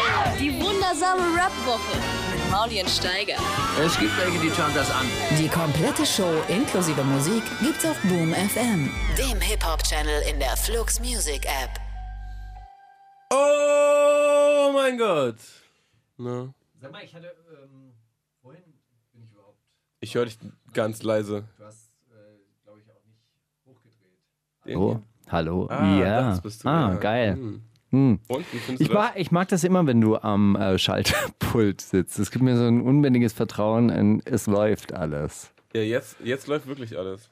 Aha. Die wundersame Rap-Woche mit Maulien Steiger. Es gibt welche, die schauen das an. Die komplette Show inklusive Musik gibt's auf Boom FM, dem Hip-Hop-Channel in der Flux Music App. Oh mein Gott. Na, Sag mal, ich hatte, ähm, wohin bin ich überhaupt? ich höre dich ganz leise. Du hast, äh, glaube ich, auch nicht hochgedreht. Den- Oh, hallo. Ah, ja. das bist du. ah, ja. geil. Hm. Hm. Und, wie findest Ich du das? mag, ich mag das immer, wenn du am äh, Schalterpult sitzt. Es gibt mir so ein unbändiges Vertrauen in, es läuft alles. Ja, jetzt, jetzt läuft wirklich alles.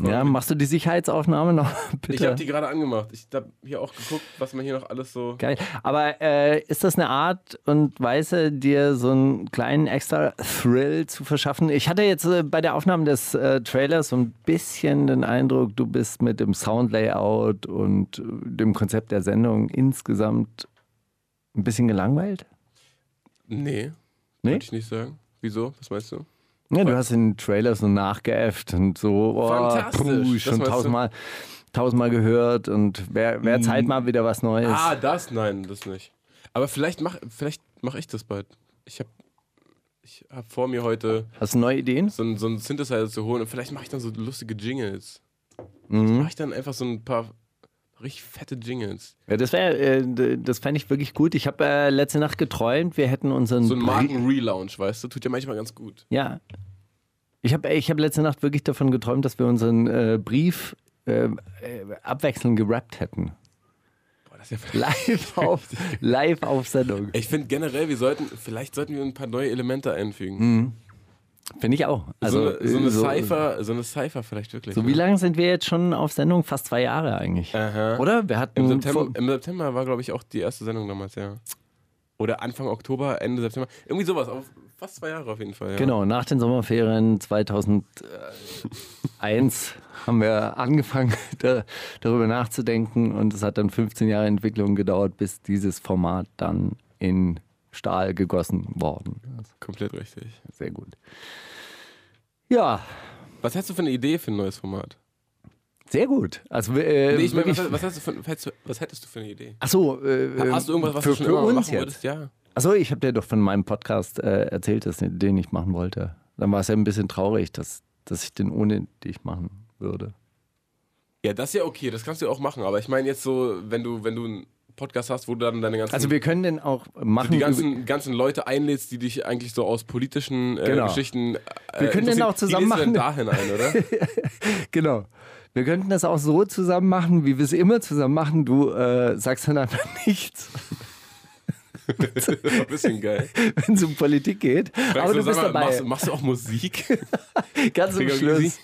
Ja, machst du die Sicherheitsaufnahme noch? Ich habe Bitte. die gerade angemacht. Ich habe hier auch geguckt, was man hier noch alles so. Geil. Aber äh, ist das eine Art und Weise, dir so einen kleinen extra Thrill zu verschaffen? Ich hatte jetzt äh, bei der Aufnahme des äh, Trailers so ein bisschen den Eindruck, du bist mit dem Soundlayout und äh, dem Konzept der Sendung insgesamt ein bisschen gelangweilt. Nee. Nee? Würde ich nicht sagen. Wieso? Was meinst du? Ja, du hast den Trailer so nachgeäfft und so oh, Fantastisch, puh, das schon meinst du? Mm. tausendmal, tausendmal gehört und wer, wer Zeit mal wieder was Neues. Ah, das? Nein, das nicht. Aber vielleicht mache vielleicht mach ich das bald. Ich habe ich hab vor mir heute Hast du neue Ideen? so einen so einen Synthesizer zu holen und vielleicht mache ich dann so lustige Jingles. Mhm. Mache ich dann einfach so ein paar richtig fette Jingles. Ja, das wäre, äh, d- das fände ich wirklich gut. Ich habe äh, letzte Nacht geträumt, wir hätten unseren. So ein Brie- Marken-Relaunch, weißt du? Tut ja manchmal ganz gut. Ja. Ich habe ich hab letzte Nacht wirklich davon geträumt, dass wir unseren äh, Brief äh, äh, abwechselnd gerappt hätten. Boah, das ist ja Live auf, live auf Sendung. ich finde generell, wir sollten, vielleicht sollten wir ein paar neue Elemente einfügen. Finde ich auch. Also, so Mhm. Also, eine, so eine äh, Cypher, so eine Cypher vielleicht wirklich. So, ne? wie lange sind wir jetzt schon auf Sendung? Fast zwei Jahre eigentlich. Aha. Oder? Wir hatten. Im September, vor- Im September war, glaube ich, auch die erste Sendung damals, ja. Oder Anfang Oktober, Ende September. Irgendwie sowas, auf fast zwei Jahre auf jeden Fall. Ja. Genau, nach den Sommerferien 2001 haben wir angefangen, da, darüber nachzudenken. Und es hat dann 15 Jahre Entwicklung gedauert, bis dieses Format dann in Stahl gegossen worden. ist. Komplett richtig. Sehr gut. Ja, Was hättest du für eine Idee für ein neues Format? sehr gut. Also, äh, nee, ich meine, wirklich, was, was, hast du für, hättest du, was hättest du für eine Idee? ach so, äh, Hast du irgendwas, was für, du schon für immer mal uns machen jetzt? wolltest? Ja. Achso, ich habe dir doch von meinem Podcast äh, erzählt, dass, den ich machen wollte. Dann war es ja ein bisschen traurig, dass, dass ich den ohne dich machen würde. Ja, das ist ja okay, das kannst du auch machen. Aber ich meine jetzt so, wenn du, wenn du einen Podcast hast, wo du dann deine ganzen, Also wir können den auch machen. die über- ganzen, ganzen Leute einlädst, die dich eigentlich so aus politischen äh, Genau. Geschichten. Äh, Wir können den interessieren, auch zusammen die lädst du machen. dann dahin ein, oder? genau. Wir könnten das auch so zusammen machen, wie wir es immer zusammen machen. Du äh, sagst dann einfach nichts, das ist doch ein bisschen geil. wenn es um Politik geht. Aber du sag bist mal, dabei. Machst, machst du auch Musik? ganz zum Digga, Schluss.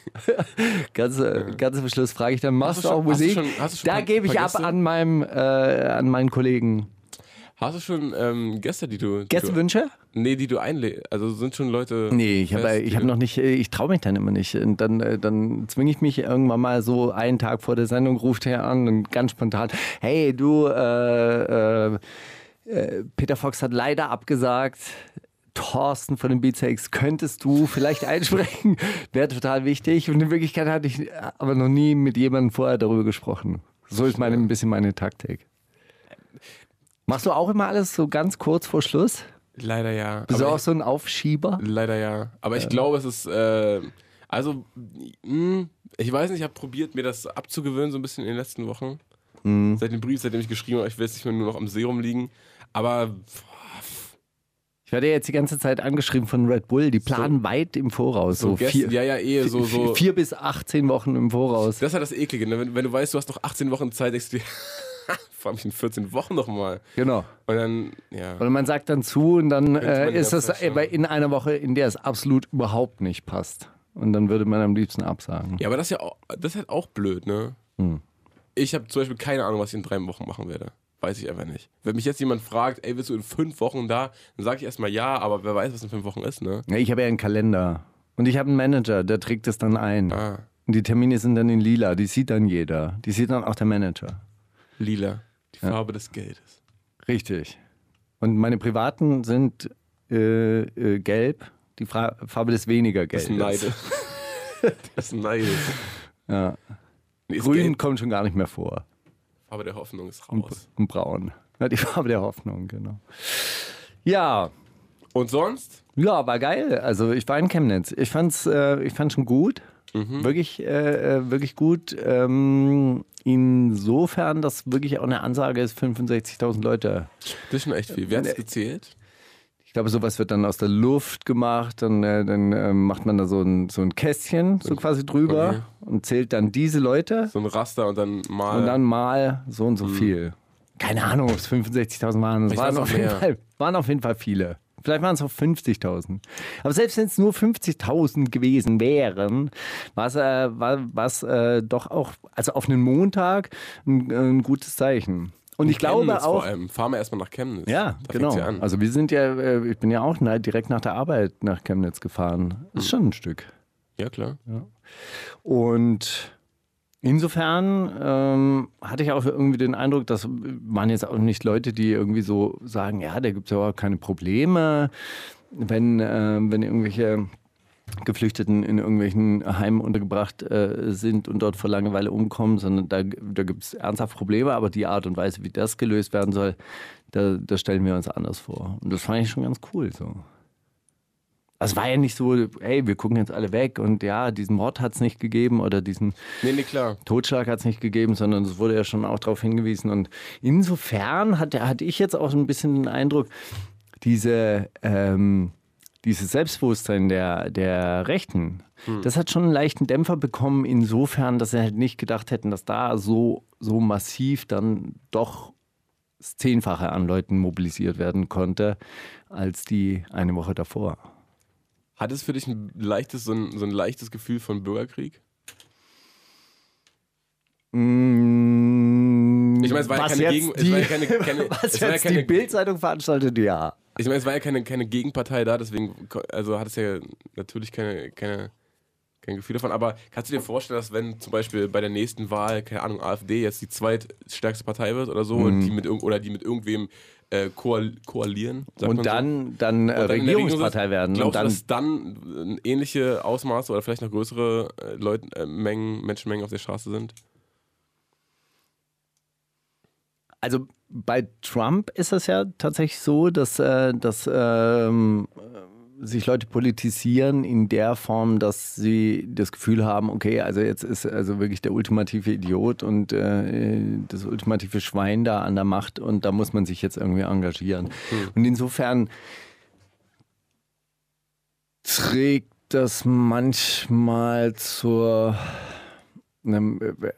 ganz, äh, ganz zum Schluss frage ich dann, machst du du auch schon- hast du Musik? schon- hast du schon da ein- gebe ich paar ab Gäste? an, meinem, äh, an meinen Kollegen. Hast du schon ähm, Gäste, die du. die du, Gästewünsche? Nee, die du einlädst. Also sind schon Leute. Nee, ich habe fest, ich die hab du- noch nicht, äh, ich traue mich dann immer nicht. Und dann, äh, dann zwinge ich mich irgendwann mal so einen Tag vor der Sendung, ruft er an und ganz spontan, hey du, äh, äh, äh, Peter Fox hat leider abgesagt. Thorsten von den Beatsex, könntest du vielleicht einsprechen? Wäre total wichtig. Und in Wirklichkeit hatte ich äh, aber noch nie mit jemandem vorher darüber gesprochen. So ist meine, ein bisschen meine Taktik. Ähm, Machst du auch immer alles so ganz kurz vor Schluss? Leider ja. Bist du Aber auch so ein Aufschieber? ich, leider ja. Aber ich glaube, es ist. Äh, also, mh, ich weiß nicht, ich habe probiert, mir das abzugewöhnen, so ein bisschen in den letzten Wochen. Hm. Seit dem Brief, seitdem ich geschrieben habe, ich will jetzt nicht mehr nur noch am See rumliegen. Aber Ich werde jetzt die ganze Zeit angeschrieben von Red Bull. Die planen weit im Voraus. So, so, gestern, vier, ja, ja, eh, so. so vier bis 18 Wochen im Voraus. Das ist halt das Eklige, ne? wenn, wenn du weißt, du hast noch 18 Wochen Zeit, denkst du dir, vor allem in 14 Wochen nochmal. Genau. Und dann, ja. Und man sagt dann zu und dann man äh, die ist das ganze Zeit aber in einer Woche, in der es absolut überhaupt nicht passt. Und dann würde man am liebsten absagen. Ja, aber das ist ja auch, das ist halt auch blöd, ne? Hm. Ich habe zum Beispiel keine Ahnung, was ich in drei Wochen machen werde. Weiß ich einfach nicht. Wenn mich jetzt jemand fragt, ey, bist du in fünf Wochen da? Dann sage ich erstmal ja, aber wer weiß, was in fünf Wochen ist, ne? Ja, ich habe ja einen Kalender. Und ich habe einen Manager, der trägt es dann ein. Ah, Und die Termine sind dann in lila. Die sieht dann jeder. Die sieht dann auch der Manager. lila. Die Farbe des Geldes. Richtig. Und meine privaten sind äh, äh, gelb. Die Fra Farbe des weniger Das ist Geldes. Neide. das ist Neide. Ja. Nee, ist Grün gelb. kommt schon gar nicht mehr vor. Farbe der Hoffnung ist raus. Ein Braun. Ja, die Farbe der Hoffnung, genau. Ja, Und sonst? ja, war geil. Also ich war in Chemnitz. Ich fand's, äh, ich fand's schon gut. Mhm. Wirklich, äh, äh, wirklich gut. Ähm, insofern, dass wirklich auch eine Ansage ist, 65.000 Leute. Das ist schon echt viel. Wer hat es gezählt? Ich glaube, sowas wird dann aus der Luft gemacht. Dann, äh, dann äh, macht man da so ein, so ein Kästchen so quasi drüber okay. und zählt dann diese Leute. So ein Raster und dann mal. Und dann mal so und so viel. Keine Ahnung, ob es 65.000 waren. Es Mhm. Ich waren weiß auf, noch jeden mehr. Fall, waren auf jeden Fall viele. Vielleicht waren es auch 50.000. Aber selbst wenn es nur 50.000 gewesen wären, war es äh, war, war's, äh, doch auch, also auf einen Montag, ein, ein gutes Zeichen. Und ich glaube Chemnitz auch, Vor allem. Fahren wir erstmal nach Chemnitz. ja, da genau. fängt's Ja an. Also wir sind ja, äh, ich bin ja auch na- direkt nach der Arbeit nach Chemnitz gefahren. Mhm. Ist schon ein Stück. ja, klar. Und insofern ähm, hatte ich auch irgendwie den Eindruck, das waren jetzt auch nicht Leute, die irgendwie so sagen, ja, da gibt es ja auch keine Probleme, wenn, äh, wenn irgendwelche Geflüchteten in irgendwelchen Heimen untergebracht äh, sind und dort vor Langeweile umkommen, sondern da, da gibt es ernsthaft Probleme, aber die Art und Weise, wie das gelöst werden soll, da, das stellen wir uns anders vor. Und das fand ich schon ganz cool so. Also es war ja nicht so, ey, wir gucken jetzt alle weg und ja, diesen Mord hat es nicht gegeben oder diesen Nee, nee, klar. Totschlag hat es nicht gegeben, sondern es wurde ja schon auch darauf hingewiesen. Und insofern hat, hatte ich jetzt auch ein bisschen den Eindruck, diese, ähm, dieses Selbstbewusstsein der, der Rechten, Hm. das hat schon einen leichten Dämpfer bekommen, insofern, dass sie halt nicht gedacht hätten, dass da so, so massiv dann doch das Zehnfache an Leuten mobilisiert werden konnte, als die eine Woche davor. Hat es für dich ein leichtes, so ein, so ein leichtes Gefühl von Bürgerkrieg? Ich Ich meine, es war ja keine Gegen- es war ja keine- keine- was es war ja jetzt die keine- Bildzeitung veranstaltet, ja. Ich meine, es war ja keine, keine Gegenpartei da, deswegen ko- also hat es ja natürlich keine, keine, kein Gefühl davon. Aber kannst du dir vorstellen, dass wenn zum Beispiel bei der nächsten Wahl, keine Ahnung, AfD jetzt die zweitstärkste Partei wird oder so, Mhm. und die mit, irg- oder die mit irgendwem äh, koal koalieren? sagt man Und so? dann, dann, äh, Und dann in der Regierung Regierungspartei sitzt, werden. Und Glaubst dann, du, dass dann äh, ähnliche Ausmaße oder vielleicht noch größere äh, Leut, äh, Mengen, Menschenmengen auf der Straße sind? also bei Trump ist es ja tatsächlich so, dass, äh, dass ähm, äh, sich Leute politisieren in der Form, dass sie das Gefühl haben, okay, also jetzt ist also wirklich der ultimative Idiot und äh, das ultimative Schwein da an der Macht und da muss man sich jetzt irgendwie engagieren. Und insofern trägt das manchmal zur einem, äh,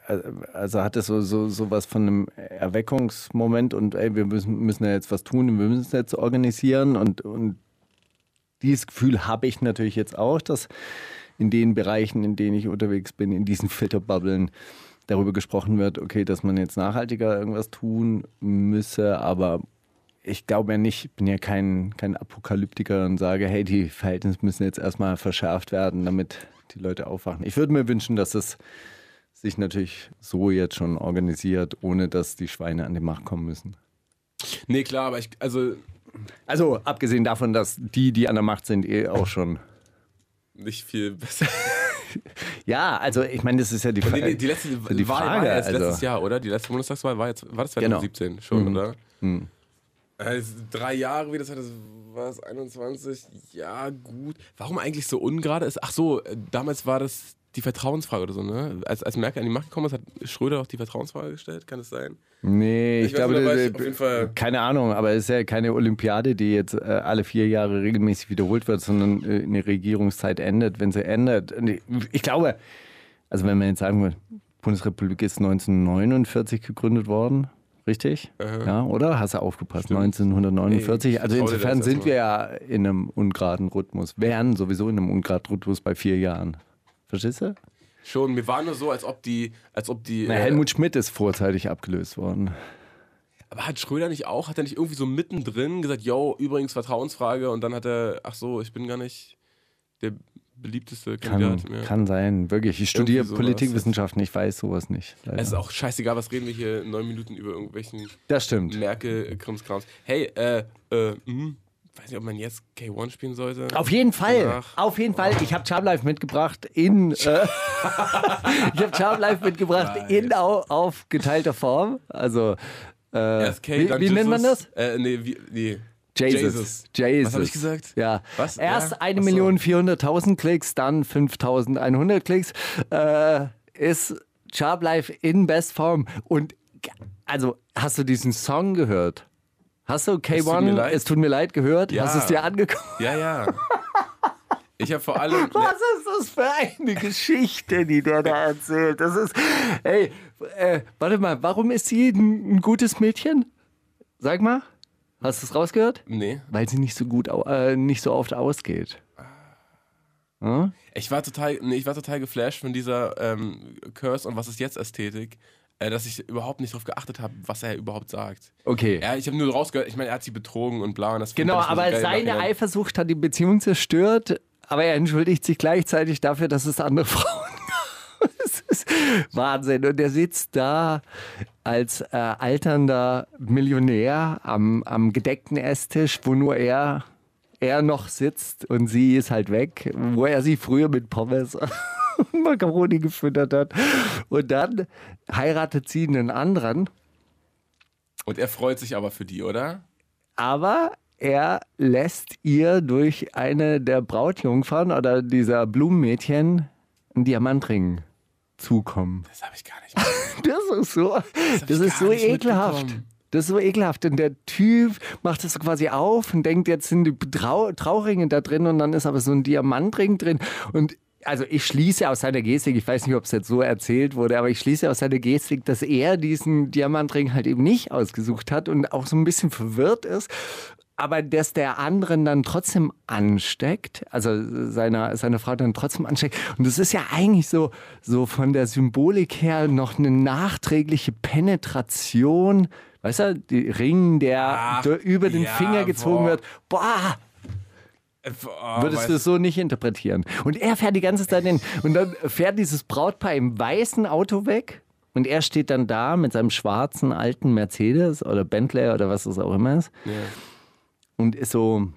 also hat es so, so, so was von einem Erweckungsmoment und ey, wir müssen, müssen ja jetzt was tun, und wir müssen es jetzt organisieren und, und dieses Gefühl habe ich natürlich jetzt auch, dass in den Bereichen, in denen ich unterwegs bin, in diesen Filterbubbeln darüber gesprochen wird, okay, dass man jetzt nachhaltiger irgendwas tun müsse, aber ich glaube ja nicht, ich bin ja kein, kein Apokalyptiker und sage, hey, die Verhältnisse müssen jetzt erstmal verschärft werden, damit die Leute aufwachen. Ich würde mir wünschen, dass es sich natürlich so jetzt schon organisiert, ohne dass die Schweine an die Macht kommen müssen. Nee, klar, aber ich, also Also abgesehen davon, dass die, die an der Macht sind, eh auch schon. nicht viel besser. Ja, also ich meine, das ist ja die Nee, Frage. nee, die letzte die Wahl war Frage, ja erst also. letztes Jahr, oder? Die letzte Bundestagswahl war, jetzt, war das Genau. Mhm. 2017 schon, oder? Also drei Jahre wieder, das hat- das war es 21. Ja, gut. Warum eigentlich so ungerade ist? Ach so, äh, damals war das die Vertrauensfrage oder so, ne? Als, als Merkel an die Macht gekommen ist, hat Schröder auch die Vertrauensfrage gestellt, kann das sein? Nee, ich, Ich weiß glaube, nicht, aber das- ich auf jeden Fall- keine Ahnung, aber es ist ja keine Olympiade, die jetzt äh, alle vier Jahre regelmäßig wiederholt wird, sondern äh, eine Regierungszeit endet, wenn sie endet. Und ich- Ich glaube, also wenn man jetzt sagen will, Bundesrepublik ist 1949 gegründet worden, richtig? Ja, oder? Hast du aufgepasst? 1949. Ey, ich also vertraue dir insofern das sind wir ja in einem ungeraden Rhythmus. Wären sowieso in einem ungeraden Rhythmus bei vier Jahren. Verstehst du? Schon, mir war nur so, als ob die, als ob die. Na, äh, Helmut Schmidt ist vorzeitig abgelöst worden. Aber hat Schröder nicht auch, hat er nicht irgendwie so mittendrin gesagt, yo, übrigens Vertrauensfrage und dann hat er, ach so, ich bin gar nicht der beliebteste Kann, Kandidat mehr. kann sein, wirklich. Ich studiere sowas. Also, Politikwissenschaften, ich weiß sowas nicht. leider. Es ist auch scheißegal, was reden wir hier neun Minuten über irgendwelchen das stimmt. Merkel-Krimskrams. Hey, äh, äh, mh, weiß nicht, ob man jetzt K1 spielen sollte. Auf jeden Fall, Ach. auf jeden Fall. Ich habe Charm Life mitgebracht in. Äh, ich habe Charm Life mitgebracht in au, auf geteilter Form. Also äh, Erst K, wie, dann wie nennt man das? Jesus. Äh, nee, wie, nee. Jesus. Jesus. Was habe ich gesagt? Ja. Was? Erst Ja? 1.400.000 Klicks, dann 5.100 Klicks. Äh, ist Sharp Life in Best Form. Und g- also, hast du diesen Song gehört? Hast du K1, tut mir leid. gehört? Ja. Hast du es dir angeguckt? Ja, ja. Ich habe vor allem. Was ist das für eine Geschichte, die der da erzählt? Das ist, ey, äh, warte mal, warum ist sie ein, ein gutes Mädchen? Sag mal, hast du es rausgehört? Nee. Weil sie nicht so gut, au- äh, nicht so oft ausgeht. Ich war total, nee, ich war total geflasht von dieser ähm, Curse und was ist jetzt Ästhetik, äh, dass ich überhaupt nicht darauf geachtet habe, was er überhaupt sagt. Okay. Ja, ich habe nur rausgehört, ich meine, er hat sie betrogen und bla und das genau, fand ich aber so geil im seine Nachhinein. Eifersucht hat die Beziehung zerstört, aber er entschuldigt sich gleichzeitig dafür, dass es andere Frauen gab. Das ist Wahnsinn. Und er sitzt da als äh, alternder Millionär am, am gedeckten Esstisch, wo nur er, er noch sitzt und sie ist halt weg, wo er sie früher mit Pommes und Macaroni gefüttert hat. Und dann heiratet sie einen anderen. Und er freut sich aber für die, oder? aber er lässt ihr durch eine der Brautjungfern oder dieser Blumenmädchen einen Diamantring zukommen. Das habe ich gar nicht. mitbekommen. Das ist so, das ich ist gar so nicht ekelhaft. mitbekommen. Das ist so ekelhaft. Und der Typ macht das so quasi auf und denkt, jetzt sind die Trau Trauringe da drin und dann ist aber so ein Diamantring drin. Und also ich schließe aus seiner Gestik, ich weiß nicht, ob es jetzt so erzählt wurde, aber ich schließe aus seiner Gestik, dass er diesen Diamantring halt eben nicht ausgesucht hat und auch so ein bisschen verwirrt ist. Aber dass der anderen dann trotzdem ansteckt, also seine, seine Frau dann trotzdem ansteckt. Und das ist ja eigentlich so, so von der Symbolik her noch eine nachträgliche Penetration. Weißt du, die Ring, der, Ach, der über den ja, Finger gezogen boah. wird. Boah, Äh, oh, würdest weißt du es so nicht interpretieren. Und er fährt die ganze Zeit hin. Und dann fährt dieses Brautpaar im weißen Auto weg. Und er steht dann da mit seinem schwarzen alten Mercedes oder Bentley oder was es auch immer ist. Und ist so.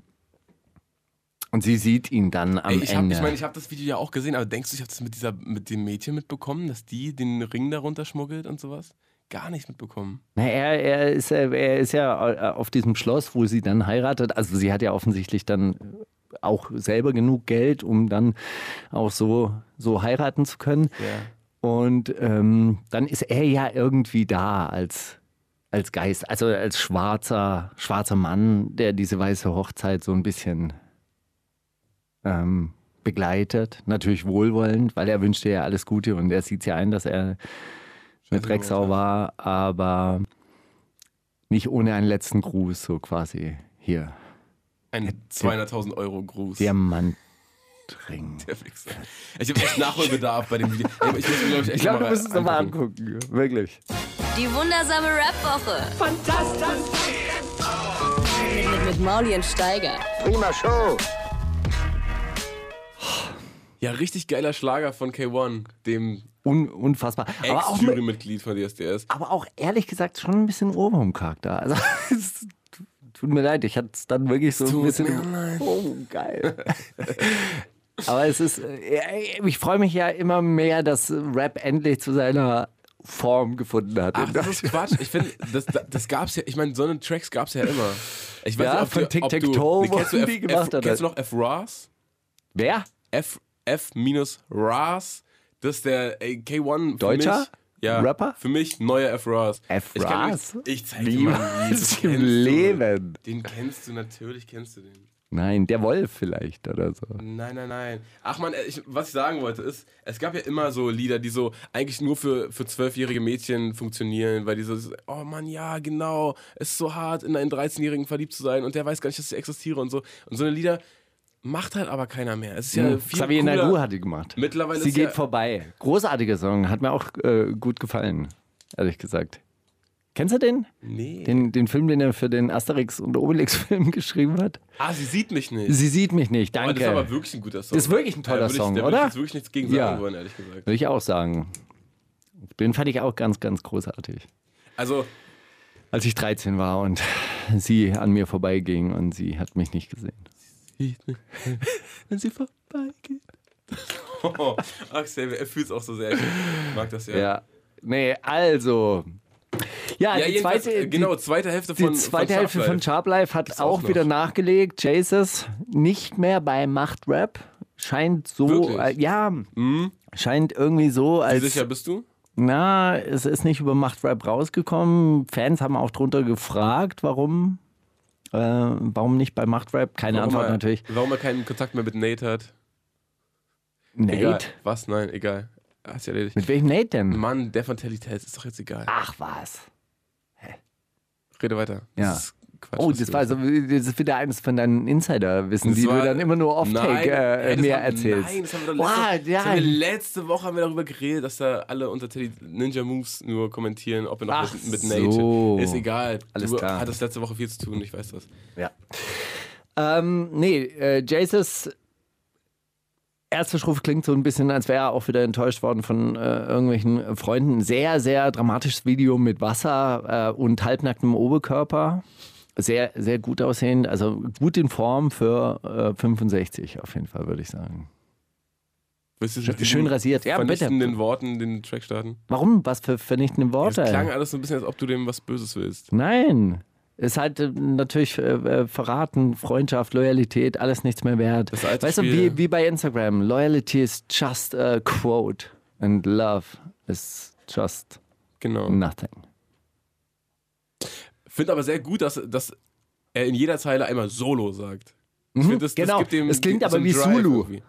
Und sie sieht ihn dann am Ey, ich hab, Ende. ich meine, ich habe das Video ja auch gesehen, aber denkst du, ich habe das mit dieser mit dem Mädchen mitbekommen, dass die den Ring darunter schmuggelt und sowas? Gar nicht mitbekommen. Na, er, er, ist, ja- er ist ja äh, auf diesem Schloss, wo sie dann heiratet. Also sie hat ja offensichtlich dann äh, auch selber genug Geld, um dann auch so, so heiraten zu können. Und ähm, dann ist er ja irgendwie da als, als Geist, also als schwarzer, schwarzer Mann, der diese weiße Hochzeit so ein bisschen ähm, begleitet. Natürlich wohlwollend, weil er wünscht ihr ja alles Gute und er sieht ja ein, dass er eine Drecksau war, aber nicht ohne einen letzten Gruß, so quasi hier. Ein 200.000 Euro Gruß. Diamantring. Der Wichser. Ich habe echt Nachholbedarf bei dem Video. Ich muss mir, glaube ich, echt Ich glaube, mal du musst es nochmal angucken. Wirklich. Die wundersame Rap-Woche. Fantastisch. Mit, mit, mit Mauli und Steiger. Ja, richtig geiler Schlager von K1, dem Un unfassbar. Aber auch, mit, Ex-Jury-Mitglied von DSDS. aber auch ehrlich gesagt schon ein bisschen Ohrwurm-Charakter. Also, es tut mir leid, ich hatte es dann wirklich so ein Tut bisschen. mir leid. Oh, geil. aber es ist. äh, Ich freue mich ja immer mehr, dass Rap endlich zu seiner Form gefunden hat. Ach, das ist Quatsch. Ich finde, das, das, das gab's ja, ich meine, so eine Tracks gab's ja immer. Ich weiß Ja, nicht, ob von du- ob du- Tic-Tac-Toe Nee, kennst du wurden F- die gemacht, F, oder? Kennst du noch F-Ras? Wer? F- F-Ras. Das ist der ey, K1 für Deutscher? mich, ja, Rapper? Für mich neuer F-Ras. F. Ich kenn mich- Ras? Ich zeig dir mal ein Lied, Niemals das im kennst du. Leben. Den kennst du, natürlich kennst du den. Nein, der Wolf vielleicht oder so. Nein, nein, nein. Ach man, ich, was ich sagen wollte ist, es gab ja immer so Lieder, die so eigentlich nur für für zwölfjährige Mädchen funktionieren, weil die so, oh Mann, ja, genau, es ist so hart, in einen 13-Jährigen verliebt zu sein und der weiß gar nicht, dass ich existiere und so. Und so eine Lieder macht halt aber keiner mehr. Es ist ja viel Hm, Xavier cooler. Naidu hat die gemacht. Mittlerweile Sie ist geht ja- vorbei. Großartiger Song, hat mir auch äh, gut gefallen, ehrlich gesagt. Kennst du den? Nee. den? Den Film, den er für den Asterix und Obelix-Film geschrieben hat? Ah, sie sieht mich nicht. Sie sieht mich nicht, Boah, danke. Oh, Das ist aber wirklich ein guter Song. Das ist wirklich ein toller Da würde ich, Song, da oder? würde Ich jetzt wirklich nichts gegen sagen Ja. wollen, ehrlich gesagt. Würde ich auch sagen. Den fand ich auch ganz, ganz großartig. Also, Als ich 13 war und sie an mir vorbeiging und sie hat mich nicht gesehen. Wenn sie vorbeigeht. Axel, er fühlt es auch so sehr. Ich mag das ja. Ja. Nee, also. Ja, Ja, Also die jedenfalls, zweite, äh, genau, zweite Hälfte die, von die zweite von Hälfte von Sharplife. Sharp Life hat auch auch, noch. wieder nachgelegt. Jesus nicht mehr bei Macht Rap. Scheint so, Wirklich? äh, ja, scheint irgendwie so, Wie als sicher bist du? Na, es ist nicht über Machtrap rausgekommen. Fans haben auch drunter gefragt, warum. Äh, warum nicht bei Machtrap? Keine Antwort er, natürlich. Warum er keinen Kontakt mehr mit Nate hat? Nate? Egal. Was? Nein, egal. Hast ja erledigt. Mit welchem Nate denn? Mann, der von Telly Tales ist doch jetzt egal. Ach was. Rede weiter. Ja. Das ist Quatsch, Oh, was das du war so, gesagt das ist wieder eines von deinen Insider-Wissen, hast. die Das du war- dann immer nur Nein, off-take äh, ey, das mir haben- erzählst. Nein, das haben wir doch Boah, letzte, ja. das haben wir letzte Woche haben wir darüber geredet, dass da alle unter Teddy Ninja Moves nur kommentieren, ob er noch Ach mit, mit so. Nate. Ist egal. Alles du klar. hattest letzte Woche viel zu tun, ich weiß das. Ja. Ähm, nee, äh, Jesus. Erster Schruf klingt so ein bisschen, als wäre er auch wieder enttäuscht worden von äh, irgendwelchen Freunden. Sehr, sehr dramatisches Video mit Wasser äh, und halbnacktem Oberkörper. Sehr, sehr gut aussehend, also gut in Form für äh, 65 auf jeden Fall, würde ich sagen. Willst du Schön- mit diesen schön rasiert. Ja, bitte. vernichtenden Worten den Track starten? Warum? Was für vernichtende Es Worte? klang alles so ein bisschen, als ob du dem was Böses willst. Nein. Ist halt äh, natürlich äh, äh, Verraten, Freundschaft, Loyalität, alles nichts mehr wert. Das alte weißt du, Spiel. wie, wie bei Instagram, Loyalty is just a quote and love is just Genau. nothing. Finde aber sehr gut, dass, dass er in jeder Zeile einmal Solo sagt. Ich find, das, genau. das, gibt dem, Es klingt so aber einen wie Drive Zulu. irgendwie.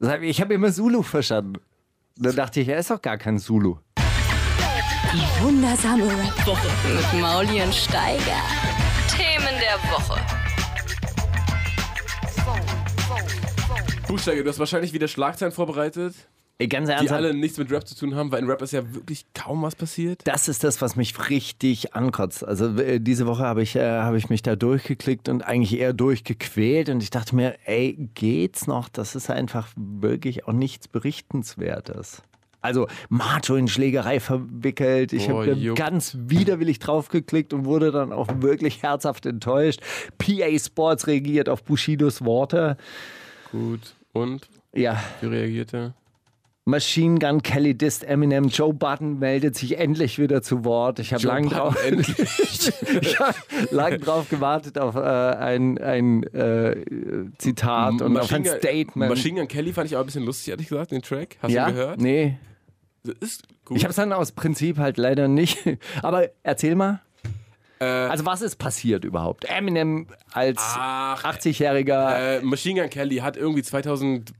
Das hab- Ich habe immer Zulu verstanden. Da dachte ich, er ist doch gar kein Zulu. Wundersame Rap-Woche mit Mauli und Steiger. Themen der Woche. Buchstabe, du hast wahrscheinlich wieder Schlagzeilen vorbereitet, Ey, Ganz die ernsthaft. alle nichts mit Rap zu tun haben, weil in Rap ist ja wirklich kaum was passiert. Das ist das, was mich richtig ankotzt. Also äh, diese Woche habe ich, äh, habe ich mich da durchgeklickt und eigentlich eher durchgequält und ich dachte mir, ey, geht's noch? Das ist einfach wirklich auch nichts Berichtenswertes. Also Macho in Schlägerei verwickelt. Ich Boah, habe da juckt. ganz widerwillig draufgeklickt und wurde dann auch wirklich herzhaft enttäuscht. PA Sports reagiert auf Bushidos Worte. Gut. Und? Ja, Wie reagiert er? Machine Gun Kelly disst Eminem. Joe Button meldet sich endlich wieder zu Wort. Ich habe Joe lange Button drauf, endlich. ich hab lang drauf gewartet auf äh, ein, ein äh, Zitat und auf ein Gun- Statement. Machine Gun Kelly fand ich auch ein bisschen lustig, ehrlich gesagt, den Track. Hast ja? du ihn gehört? Nee. Das Ist gut. Ich habe es dann aus Prinzip halt leider nicht. Aber erzähl mal. Äh. also was ist passiert überhaupt? Eminem als Ach, 80-jähriger. äh, Machine Gun Kelly hat irgendwie 2013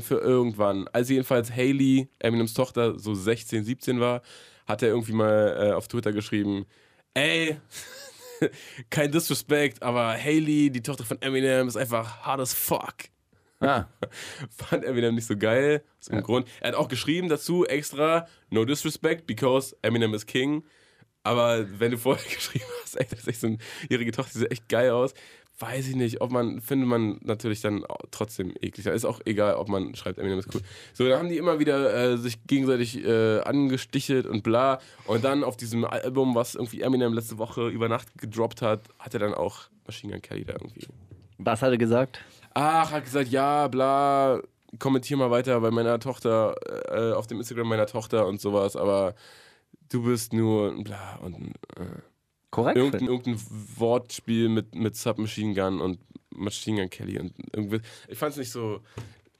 für irgendwann, als jedenfalls Haley, Eminems Tochter, so 16, 17 war, hat er irgendwie mal äh, auf Twitter geschrieben, ey, kein Disrespect, aber Haley, die Tochter von Eminem, ist einfach hard as fuck. Äh. ah, Fand Eminem nicht so geil, aus dem Grund. Er hat auch geschrieben dazu extra, no disrespect, because Eminem is king. Aber wenn du vorher geschrieben hast, ey, das ist echt so eine jährige Tochter, die sieht echt geil aus. Weiß ich nicht, ob man, findet man natürlich dann au- trotzdem eklig. Ist auch egal, ob man schreibt, Eminem ist cool. So, dann haben die immer wieder äh, sich gegenseitig äh, angestichelt und bla. Und dann auf diesem Album, was irgendwie Eminem letzte Woche über Nacht gedroppt hat, hat er dann auch Machine Gun Kelly da irgendwie was hat er gesagt? ach, hat gesagt, ja, bla, kommentier mal weiter bei meiner Tochter, äh, auf dem Instagram meiner Tochter und sowas, aber du bist nur ein bla und ein, äh, Korrekt. irgendein, irgendein Wortspiel mit, mit Submachine Gun und Machine Gun Kelly und irgendwie. Ich fand es nicht so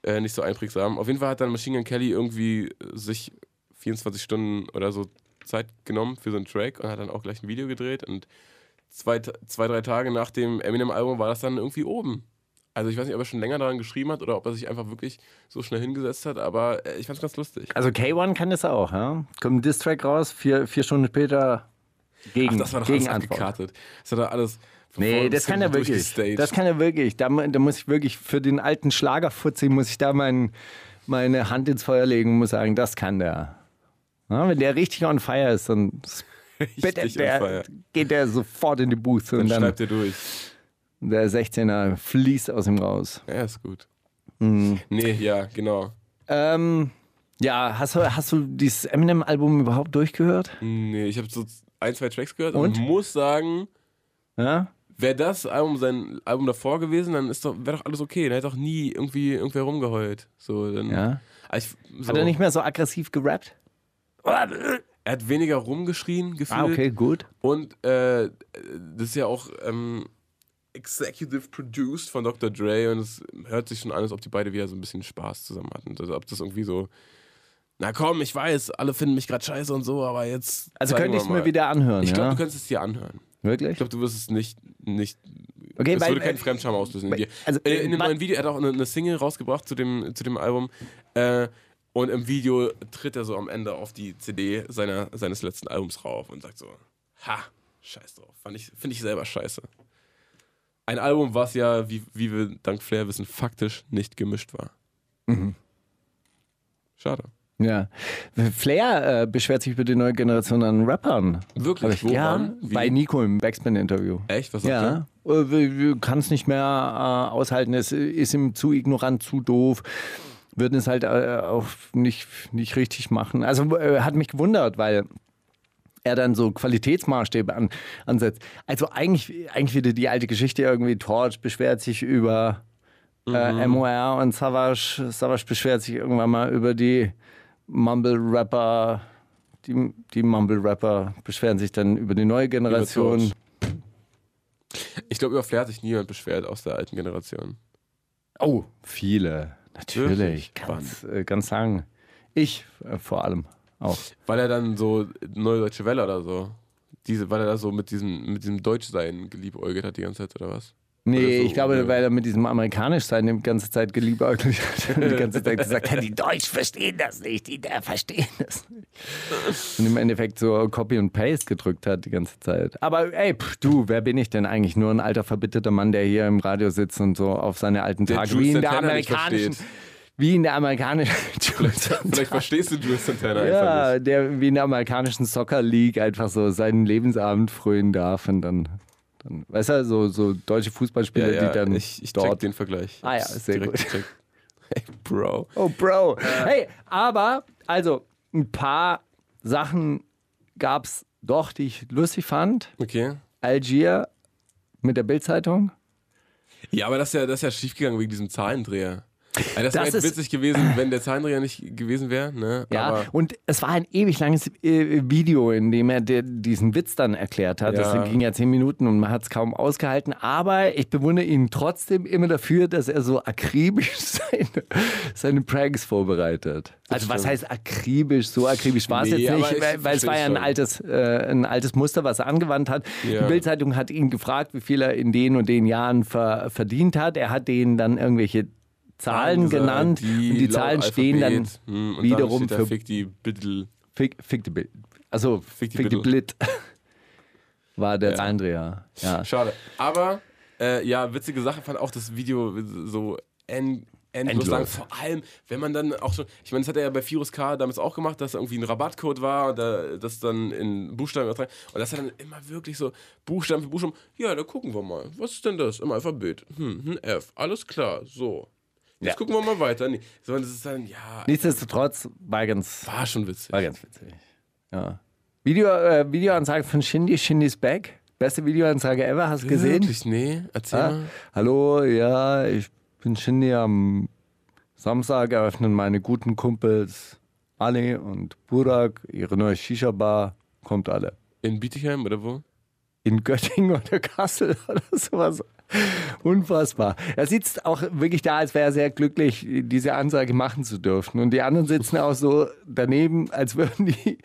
äh, nicht so einprägsam. Auf jeden Fall hat dann Machine Gun Kelly irgendwie äh, sich 24 Stunden oder so Zeit genommen für so einen Track und hat dann auch gleich ein Video gedreht und zwei, Ta- zwei drei Tage nach dem Eminem-Album war das dann irgendwie oben. Also ich weiß nicht, ob er schon länger daran geschrieben hat oder ob er sich einfach wirklich so schnell hingesetzt hat, aber äh, ich fand's ganz lustig. Also K1 kann das auch, ja? Kommt ein Distrack raus, vier, vier Stunden später gegen Ach, das war doch alles gegen Antwort. abgekartet. Das hat er alles von vorne Nee, bis das kann er hinten wirklich. durchgestaged. Das kann er wirklich. Da, mu- da muss ich wirklich für den alten Schlagerfutzi muss ich da mein, meine Hand ins Feuer legen und muss sagen, das kann der. Na, wenn der richtig on fire ist, dann Richtig spittet on der- fire. geht der sofort in die Booth und dann schreibt er durch. der 16er fließt aus ihm raus. Ja, ist gut. Hm. Nee, ja, genau. Ähm, ja, hast du, hast du dieses Eminem-Album überhaupt durchgehört? Nee, ich habe so ein, zwei Tracks gehört und, Und? muss sagen, Ja? wäre das Album sein Album davor gewesen, dann ist doch, wäre doch alles okay. Dann hätte doch nie irgendwie irgendwer rumgeheult. So, dann, Ja. Ah, ich, so, Hat er nicht mehr so aggressiv gerappt? er hat weniger rumgeschrien, gefühlt. Ah, okay, gut. Und äh, das ist ja auch ähm, executive produced von Dr. Dre und es hört sich schon an, als ob die beide wieder so ein bisschen Spaß zusammen hatten. Also ob das irgendwie so, na komm, ich weiß, alle finden mich gerade scheiße und so, aber jetzt. Also zeigen könnte ich es wir mal. mir wieder anhören, Ich glaube, ja? du könntest es dir anhören. Ich Wirklich? glaube, du wirst es nicht. nicht Okay, es weil- äh, würde keinen Fremdscham auslösen in weil- dir. also, Äh, in dem wa- neuen Video, er hat auch eine, eine Single rausgebracht zu dem, zu dem Album. Äh, und im Video tritt er so am Ende auf die CD seiner, seines letzten Albums rauf und sagt so: Ha, scheiß drauf. Fand ich, Finde ich selber scheiße. Ein Album, was ja, wie, wie wir dank Flair wissen, faktisch nicht gemischt war. Mhm. Schade. Ja. Flair äh, beschwert sich über die neue Generation an Rappern. Wirklich? Hab Ich, ja, Woran? Wie? bei Nico im Backspin-Interview. Echt? Was sagt er? Ja, Äh, kann es nicht mehr äh, aushalten, es ist ihm zu ignorant, zu doof, würden es halt äh, auch nicht, nicht richtig machen. Also äh, hat mich gewundert, weil er dann so Qualitätsmaßstäbe an, ansetzt. Also eigentlich, eigentlich wieder die alte Geschichte irgendwie, Torch beschwert sich über Mhm. äh, MOR und Savage, Savage beschwert sich irgendwann mal über die Mumble-Rapper, die, die Mumble-Rapper beschweren sich dann über die neue Generation. Torch. Ich glaube, über Flair hat sich niemand beschwert aus der alten Generation. Oh, viele. Natürlich. Wirklich? Ganz, äh, ganz lang. Ich äh, vor allem auch. Weil er dann so Neue Deutsche Welle oder so. Diese, weil er da so mit diesem, mit diesem Deutschsein geliebäugelt hat die ganze Zeit, oder was? Nee, Oder so, ich glaube, ja. weil er mit diesem Amerikanischsein die ganze Zeit geliebäugelt hat. und Die ganze Zeit gesagt hat, die Deutsch verstehen das nicht, die da verstehen das nicht. Und im Endeffekt so Copy und Paste gedrückt hat die ganze Zeit. Aber ey, pff, du, wer bin ich denn eigentlich? Nur ein alter, verbitterter Mann, der hier im Radio sitzt und so auf seine alten Der Tage Jules wie in der Santana nicht amerikanischen... versteht. Wie in der amerikanischen... Vielleicht verstehst du Jules Santana einfach Ja, nicht. der wie in der amerikanischen Soccer League einfach so seinen Lebensabend frönen darf und dann, dann weißt du, so, so deutsche Fußballspieler, die dann ich, ich check dort. den Vergleich. Ah ja, Hab's sehr direkt gut. gecheckt. Ey, Bro. Oh, Bro. Hey, aber, also, ein paar Sachen gab es doch, die ich lustig fand. Okay. Algier mit der Bildzeitung. Ja, aber das ist ja, das ist ja schiefgegangen wegen diesem Zahlendreher. Also das wäre Das jetzt ist- witzig gewesen, wenn der Zahlendreher nicht gewesen wäre. Ne? Ja, Aber und es war ein ewig langes äh, Video, in dem er de- diesen Witz dann erklärt hat. Ja. Das ging ja zehn Minuten und man hat es kaum ausgehalten. Aber ich bewundere ihn trotzdem immer dafür, dass er so akribisch seine, seine Pranks vorbereitet. also was stimmt. heißt akribisch? So akribisch war es Nee, jetzt aber nicht, ich weil, weil es versteh's war ja ein schon. altes, äh, ein altes Muster, was er angewandt hat. Die Ja. Bildzeitung hat ihn gefragt, wie viel er in den und den Jahren ver verdient hat. Er hat denen dann irgendwelche Zahlen Angesagt, genannt und die laut Zahlen stehen dann Alphabet. Hm, und wiederum dann steht für da, Fick die Biddle. Fick, fick die Bild. Also, fick die, Fick die fick die Biddle. Blit. War der Ja. Zahlendreher. Ja. Schade. Aber äh, ja, witzige Sache fand auch das Video so end, endlos Endlos. lang. Vor allem, wenn man dann auch schon, ich meine, das hat er ja bei Virus K damals auch gemacht, dass da irgendwie ein Rabattcode war und da, das dann in Buchstaben übertragen. Und das hat dann immer wirklich so Buchstaben für Buchstaben. Ja, da gucken wir mal. Was ist denn das im Alphabet? Hm, ein F. Alles klar. So. Jetzt Ja. gucken wir mal weiter. Nee. Sondern das ist dann, ja, Nichtsdestotrotz war ganz, war schon witzig. war ganz witzig. Ja. Video, äh, Videoansage von Shindy, Shindy's Back. Beste Videoansage ever, hast du gesehen? Ah. Wirklich? Nee, erzähl Ja. mal. Hallo, ja, ich bin Shindy. Am Samstag eröffnen meine guten Kumpels Ali und Burak ihre neue Shisha-Bar. Kommt alle. In Bietigheim oder wo? in Göttingen oder Kassel oder sowas. Unfassbar. Er sitzt auch wirklich da, als wäre er sehr glücklich, diese Ansage machen zu dürfen. Und die anderen sitzen auch so daneben, als würden die.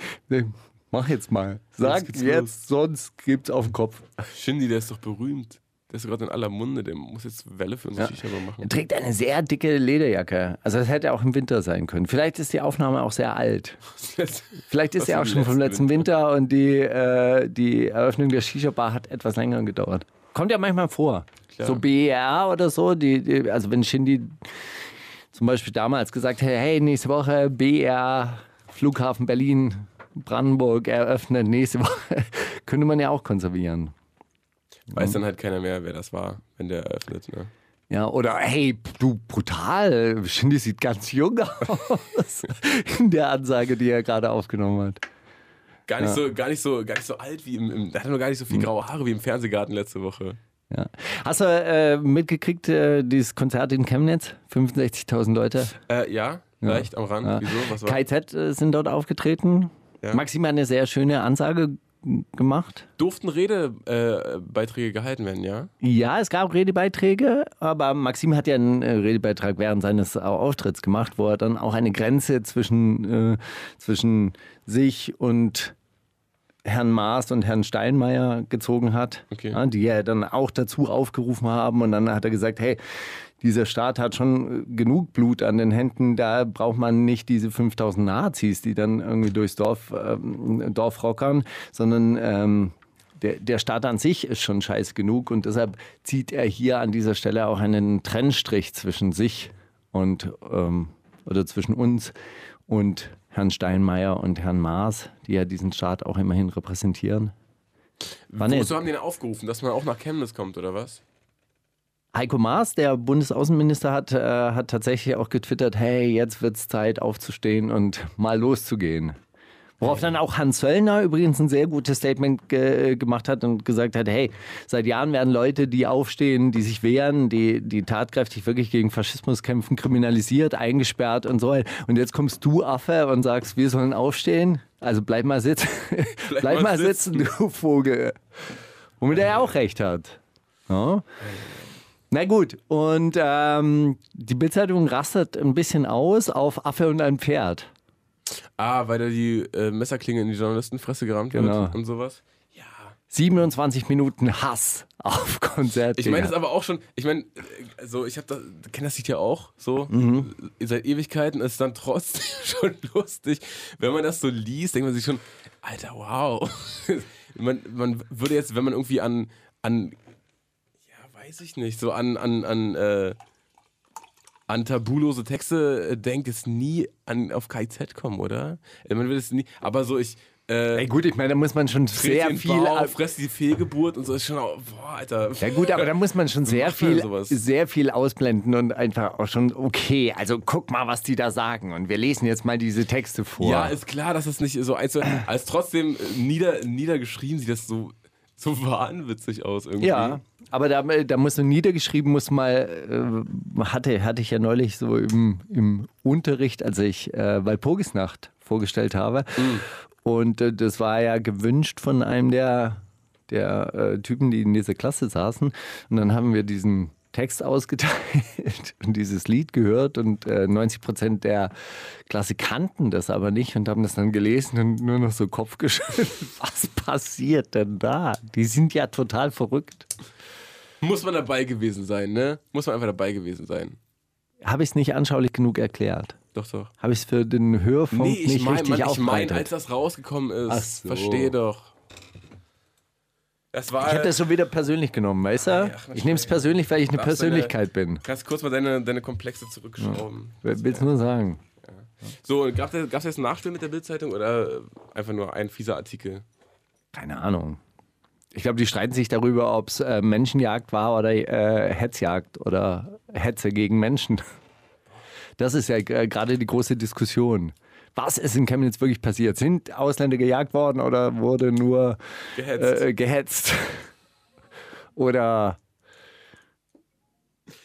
Mach jetzt mal. Sag Jetzt jetzt, geht's sonst gibt's auf den Kopf. Shindy, der ist doch berühmt. Der ist doch gerade in aller Munde. Der muss jetzt Welle für unsere Shisha Bar machen. Er trägt eine sehr dicke Lederjacke. Also, das hätte auch im Winter sein können. Vielleicht ist die Aufnahme auch sehr alt. Vielleicht ist Was sie auch im schon vom letzten Winter und die, äh, die Eröffnung der Shisha-Bar hat etwas länger gedauert. Kommt ja manchmal vor. Klar. So BER oder so, die, die, also wenn Shindy zum Beispiel damals gesagt hätte, hey, nächste Woche BER, Flughafen Berlin, Brandenburg eröffnet nächste Woche, könnte man ja auch konservieren. Weiß dann halt keiner mehr, wer das war, wenn der eröffnet. Ne? Ja, oder hey, du brutal, Shindy sieht ganz jung aus in der Ansage, die er gerade aufgenommen hat. Gar nicht, so, gar, nicht so, gar nicht so alt wie im, im. Da hat er noch gar nicht so Mhm. viel graue Haare wie im Fernsehgarten letzte Woche. Ja. Hast du äh, mitgekriegt, äh, dieses Konzert in Chemnitz? 65.000 Leute. Äh, ja, leicht am Rand. Ja. Wieso? Was war? KZ äh, sind dort aufgetreten. Ja. Maxim hat eine sehr schöne Ansage g- gemacht. Durften Redebeiträge gehalten werden, ja? Ja, es gab Redebeiträge, aber Maxim hat ja einen äh, Redebeitrag während seines äh, Auftritts gemacht, wo er dann auch eine Grenze zwischen, äh, zwischen sich und Herrn Maas und Herrn Steinmeier gezogen hat, Okay. ja, die ja dann auch dazu aufgerufen haben. Und dann hat er gesagt, hey, dieser Staat hat schon äh, genug Blut an den Händen, da braucht man nicht diese 5000 Nazis, die dann irgendwie durchs Dorf, ähm, Dorf rockern, sondern ähm, der, der Staat an sich ist schon scheiß genug und deshalb zieht er hier an dieser Stelle auch einen Trennstrich zwischen sich und ähm, oder zwischen uns und Herrn Steinmeier und Herrn Maas, die ja diesen Staat auch immerhin repräsentieren. Wann Wozu ist- Oh, haben die denn aufgerufen, dass man auch nach Chemnitz kommt, oder was? Heiko Maas, der Bundesaußenminister, hat, äh, hat tatsächlich auch getwittert, hey, jetzt wird's Zeit aufzustehen und mal loszugehen. Worauf dann auch Hans Söllner übrigens ein sehr gutes Statement ge gemacht hat und gesagt hat, hey, seit Jahren werden Leute, die aufstehen, die sich wehren, die, die tatkräftig wirklich gegen Faschismus kämpfen, kriminalisiert, eingesperrt und so. Und jetzt kommst du, Affe, und sagst, wir sollen aufstehen. Also bleib mal sitzen. bleib, mal mal sitzen, du Vogel. Womit er ja auch recht hat. ne? Ja. Na gut, und ähm, die Bildzeitung rastet ein bisschen aus auf Affe und ein Pferd. Ah, weil da die äh, Messerklinge in die Journalistenfresse gerammt Genau. wird und sowas. 27 Minuten Hass auf Konzert. Ich meine, das ist aber auch schon, ich meine, äh, so, ich habe das, kenne das Lied ja auch, so, Mhm. äh, seit Ewigkeiten ist dann trotzdem schon lustig. Wenn man das so liest, denkt man sich schon, Alter, wow. man, man würde jetzt, wenn man irgendwie an, an, ja, weiß ich nicht, so an, an, an, äh, an tabulose Texte äh, denkt, es nie an, auf KIZ kommen, oder? Äh, Man will es nie, aber so, ich, äh, Ey, gut, ich meine, da muss man schon trete sehr den viel. Bauch, ab- fress die Fehlgeburt und so, ist schon, auch- boah, Alter. Ja gut, aber da muss man schon sehr macht man viel, sowas? sehr viel ausblenden und einfach auch schon, okay, also guck mal, was die da sagen. Und wir lesen jetzt mal diese Texte vor. Ja, ist klar, dass es nicht so einzeln Als trotzdem äh, nieder, niedergeschrieben sieht das so, so wahnwitzig aus irgendwie. Ja, aber da, da muss so niedergeschrieben, muss mal, äh, hatte, hatte ich ja neulich so im, im Unterricht, als ich äh, Walpurgisnacht vorgestellt habe. Und äh, das war ja gewünscht von einem der, der äh, Typen, die in dieser Klasse saßen. Und dann haben wir diesen Text ausgeteilt und dieses Lied gehört und äh, 90 Prozent der Klasse kannten das aber nicht und haben das dann gelesen und nur noch so Kopf geschüttelt. Was passiert denn da? Die sind ja total verrückt. Muss man dabei gewesen sein, ne? Muss man einfach dabei gewesen sein. Habe ich es nicht anschaulich genug erklärt? Doch, doch. Habe ich es für den Hörfunk Nee, ich nicht meine, richtig ich mein, als aufbereitet? das rausgekommen ist. Ach so. Verstehe doch. Das war. Ich habe das schon wieder persönlich genommen, weißt du? ach, Ich nehme es persönlich, weil ich eine Darfst Persönlichkeit bin. Kannst kurz mal deine, deine Komplexe zurückschrauben. Willst nur sagen? So, und gab es gab's jetzt einen Nachspiel mit der Bildzeitung oder äh, einfach nur ein fieser Artikel? Äh, Keine Ahnung. Ich glaube, die streiten sich darüber, ob es äh, Menschenjagd war oder äh, Hetzjagd oder Hetze gegen Menschen. Das ist ja äh, gerade die große Diskussion. Was ist in Chemnitz wirklich passiert? Sind Ausländer gejagt worden oder wurde nur Gehetzt. äh, gehetzt? Oder.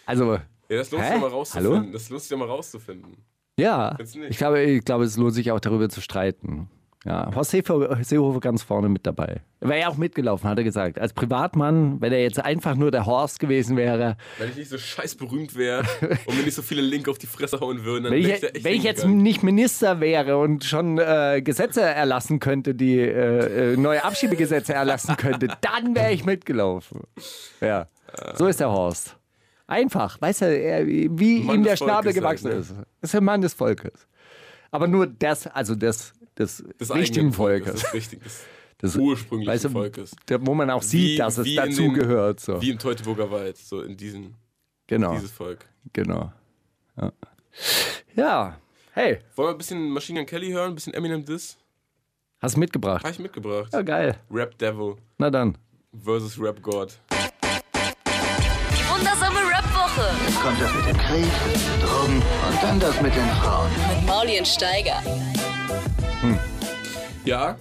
Also, ja, das lohnt sich hä? doch mal rauszufinden. Hallo? Das lohnt sich doch mal rauszufinden. ja, Jetzt nicht. ich glaube, ich glaube, es lohnt sich auch darüber zu streiten. Ja, Horst Seehofer, Seehofer ganz vorne mit dabei. Er wäre ja auch mitgelaufen, hat er gesagt. Als Privatmann, wenn er jetzt einfach nur der Horst gewesen wäre. Wenn ich nicht so scheiß berühmt wäre und mir nicht so viele Link auf die Fresse hauen würden, dann Wenn wäre ich, ich, da echt wenn ich jetzt hingegangen. nicht Minister wäre und schon äh, Gesetze erlassen könnte, die äh, äh, neue Abschiebegesetze erlassen könnte, dann wäre ich mitgelaufen. Ja, so ist der Horst. Einfach, weißt du, er, wie Mann ihm der des Schnabel Volkes gewachsen halt, ne? ist. Ist ein Mann des Volkes. Aber nur das, also das, das, des richtigen eigenen Volkes, Volkes. Des richtigen, des Das- ursprünglichen weißt du, oh. Volkes. da- wo man auch sieht, Wie- dass es wie in dazu den- gehört. So. Wie im Teutoburger Wald, so in diesen, Genau, dieses Volk. genau. Ja. ja, hey, Wollen wir ein bisschen Machine Gun Kelly hören, ein bisschen Eminem Diss? hast du mitgebracht? Habe ich mitgebracht. Ja, geil. Rap Devil Na dann. versus Rap God. Die wundersame Rap-Woche Kommt das mit dem Krieg, Drogen und dann das mit den Frauen. mit Maulien Steiger. Ja,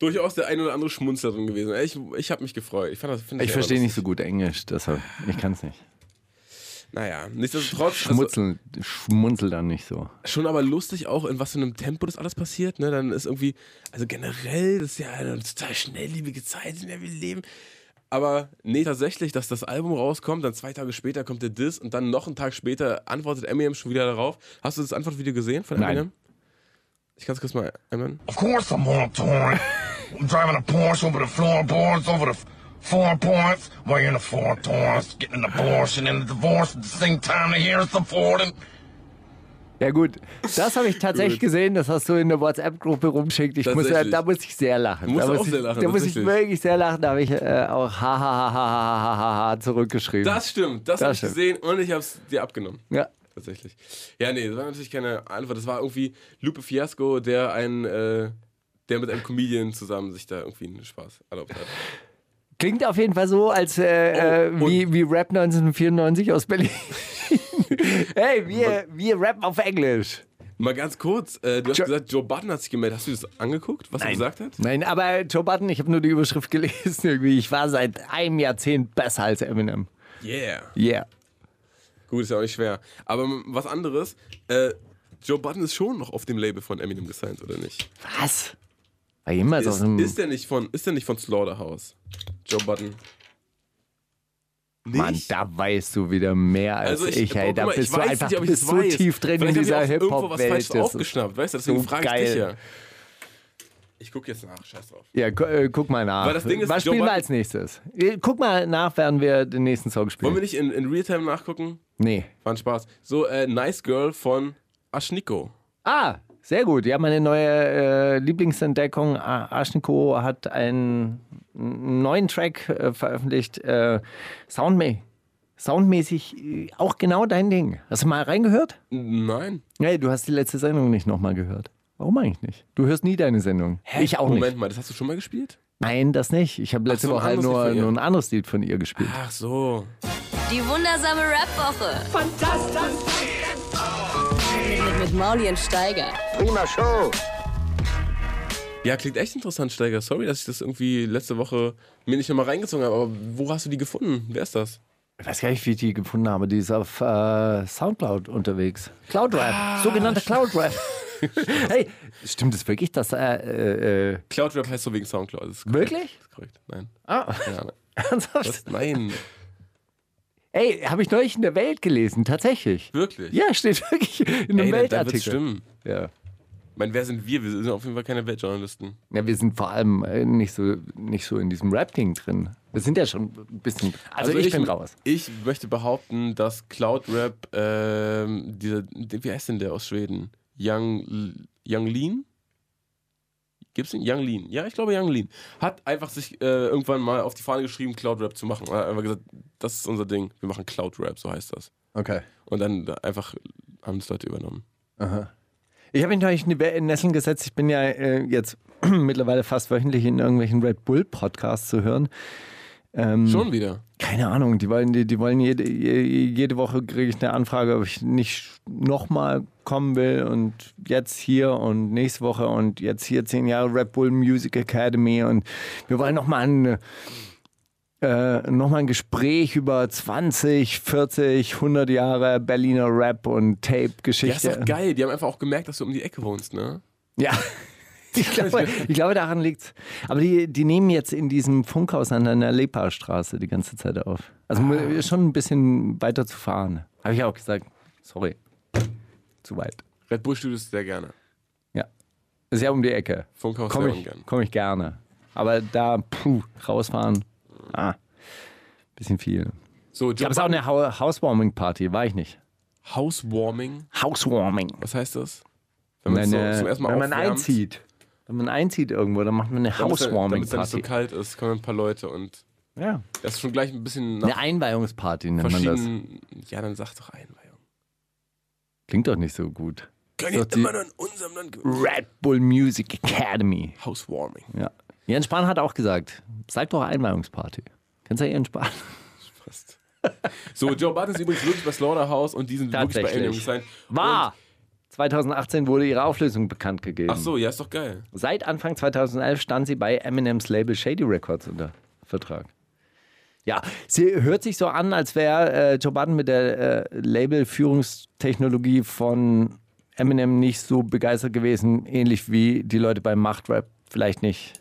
durchaus der ein oder andere Schmunzler drin gewesen. Ich, ich habe mich gefreut. Ich, fand das, find das Ich ja verstehe nicht so lustig. gut Englisch, deshalb. Ich kann es nicht. Naja, nichtsdestotrotz. Schmutzeln, schmunzel dann nicht so. Also, schon aber lustig auch, in was für einem Tempo das alles passiert. Ne? Dann ist irgendwie, also generell, das ist ja eine total schnelllebige Zeit, in der wir leben. Aber nee, tatsächlich, dass das Album rauskommt, dann zwei Tage später kommt der Diss und dann noch einen Tag später antwortet Eminem schon wieder darauf. Hast du das Antwortvideo gesehen von Nein. Eminem? Ich kann es kurz mal ändern. Of course I'm on tour. I'm driving a Porsche over the floorboards, over the f- floorboards, while you're in the floorboards, getting an abortion and a divorce at the same time. They hear us supporting. Ja gut, das habe ich tatsächlich Gut. gesehen, das hast du in der WhatsApp-Gruppe rumschickt. Ich muss, ja- Tatsächlich. da muss ich sehr lachen. Du musst da muss auch ich, sehr lachen, Da muss ich tatsächlich. wirklich sehr lachen, da habe ich äh, auch ha ha ha ha ha ha ha ha zurückgeschrieben. Das stimmt, das Das habe ich stimmt. gesehen und ich habe es dir abgenommen. ja. Tatsächlich. Ja, nee, das war natürlich keine Antwort. Das war irgendwie Lupe Fiasco, der einen, äh, der mit einem Comedian zusammen sich da irgendwie einen Spaß erlaubt hat. Klingt auf jeden Fall so, als äh, Oh, äh, wie, wie Rap 1994 aus Berlin. hey, wir, wir rappen auf Englisch. Mal ganz kurz, äh, du hast Jo- gesagt, Joe Button hat sich gemeldet. Hast du das angeguckt, was er gesagt hat? Nein, aber Joe Button, ich habe nur die Überschrift gelesen irgendwie. Ich war seit einem Jahrzehnt besser als Eminem. Yeah. Yeah. Gut, ist ja auch nicht schwer. Aber m- was anderes, äh, Joe Button ist schon noch auf dem Label von Eminem gesigned, oder nicht? Was? War jemals auf Ist, dem... ist der nicht von, ist der nicht von Slaughterhouse? Joe Button. Nicht? Mann, da weißt du wieder mehr als Also ich, ich, ey. guck Da mal, bist ich du weiß einfach nicht, ob ich bist das so weiß. tief drin in Vielleicht dieser hab ich auch irgendwo was Hip-Hop-Welt. falsch Das ist- aufgeschnappt, weißt du? Deswegen so frage ich dich geil. ja. Ich gucke jetzt nach, scheiß drauf. Ja, gu äh, guck mal nach. Weil das Ding ist, Was Joe spielen wir Button- als nächstes? Äh, Guck mal nach, während wir den nächsten Song spielen. Wollen wir nicht in, in Realtime nachgucken? nee. War ein Spaß. So, äh, Nice Girl von Aschniko. Ah, sehr gut. Ja, meine neue äh, Lieblingsentdeckung, A- Aschniko, hat einen neuen Track äh, veröffentlicht. Äh, Soundma soundmäßig äh, auch genau dein Ding. Hast du mal reingehört? Nein. Nee, du hast die letzte Sendung nicht nochmal gehört. Warum eigentlich nicht? Du hörst nie deine Sendung. Ich auch Moment nicht. mal, das hast du schon mal gespielt? Nein, das nicht. Ich habe letzte Ach so, ein Woche halt anderes Lied nur, von ihr. nur ein anderes Lied von ihr Ah. gespielt. Ach so. Die wundersame Rap-Woche. Fantastisch. Mit, mit Mauli und Steiger. Prima Show. Ja, klingt echt interessant, Steiger. Sorry, dass ich das irgendwie letzte Woche mir nicht nochmal reingezogen habe. Aber wo hast du die gefunden? Wer ist das? Ich weiß gar nicht, wie ich die gefunden habe. Die ist auf äh, Soundcloud unterwegs. Cloud Rap. Ah. Sogenannte Cloud Rap. hey, stimmt es wirklich, dass. Äh, äh, äh, Cloud Rap heißt so wegen Soundcloud. Das ist korrekt. wirklich? Das ist korrekt. Nein. Ah, Keine Ahnung. ernsthaft? ne. Was? Nein. Ey, habe ich neulich in der Welt gelesen, tatsächlich. Wirklich? Ja, steht wirklich in einem Ey, dann, dann wird's Weltartikel. stimmen. Ja. Ich meine, wer sind wir? Wir sind auf jeden Fall keine Weltjournalisten. ja, wir sind vor allem äh, nicht so, nicht so in diesem Rap-Ding drin. Wir sind ja schon ein bisschen. Also, ich, bin raus. Ich möchte behaupten, dass Cloud Rap, ähm, dieser, wie heißt denn der aus Schweden? Young, L- Young Lean? Gibt's den? Young Lean. Ja, ich glaube Young Lean. Hat einfach sich äh, irgendwann mal auf die Fahne geschrieben, Cloud Rap zu machen. Er hat einfach gesagt, das ist unser Ding. Wir machen Cloud Rap, so heißt das. Okay. Und dann einfach haben das Leute übernommen. Ich habe mich neulich in die Be- in Nesseln gesetzt. Ich bin ja äh, jetzt mittlerweile fast wöchentlich in irgendwelchen Red Bull Podcasts zu hören. Hm. Schon wieder. Keine Ahnung, die wollen, die, die wollen jede, je- jede Woche kriege ich eine Anfrage, ob ich nicht nochmal kommen will und jetzt hier und nächste Woche und jetzt hier zehn Jahre Red Bull Music Academy und wir wollen nochmal ein, äh, noch mal ein Gespräch über 20, 40, 100 Jahre Berliner Rap und Ja, ist Tape-Geschichte. doch geil. Die haben einfach auch gemerkt, dass du um die Ecke wohnst, ne? Ja. Ich glaube, ich glaube daran liegt's. Aber die, die nehmen jetzt in diesem Funkhaus an der Lepa-Straße die ganze Zeit auf. Ah. Also mu- ist schon ein bisschen weiter zu fahren. Habe ich auch gesagt, sorry, zu weit. Red Bull Studios sehr gerne. Ja, ist ja um die Ecke. Funkhaus Komme sehr ich, ungern. komm ich gerne. Aber da, puh, rausfahren, ah, bisschen viel. So, Gab Joe es auch eine Hau- Housewarming-Party? War ich nicht. Housewarming. Housewarming. Was heißt das? Wenn man Wenn, so äh, zum ersten Mal wenn man aufwärmt, einzieht. Wenn man einzieht irgendwo, dann macht man eine damit's dann- damit's dann nicht so Housewarming-Party. kalt ist, kommen ein paar Leute und Ja. das ist schon gleich ein bisschen Eine nach Einweihungsparty nennt man das. verschiedenen. Ja, dann sag doch Einweihung. Klingt doch nicht so gut. Kann Ist ich doch die- immer nur in unserem Land gewinnen. Red Bull Music Academy. Housewarming. Ja. Jens Spahn hat auch gesagt, sag doch Einweihungsparty. Kennst du Jens Spahn? Passt. So, Joe Button ist übrigens wirklich bei Slaughterhouse und die sind wirklich bei Tatsächlich. Alien sein. Wahr! 2018 wurde ihre Auflösung bekannt gegeben. Ach so, ja, ist doch geil. Seit Anfang 2011 stand sie bei Eminems Label Shady Records unter Vertrag. Ja, sie hört sich so an, als wäre äh, Joe Budden mit der äh, Label-Führungstechnologie von Eminem nicht so begeistert gewesen, ähnlich wie die Leute beim Machtrap vielleicht nicht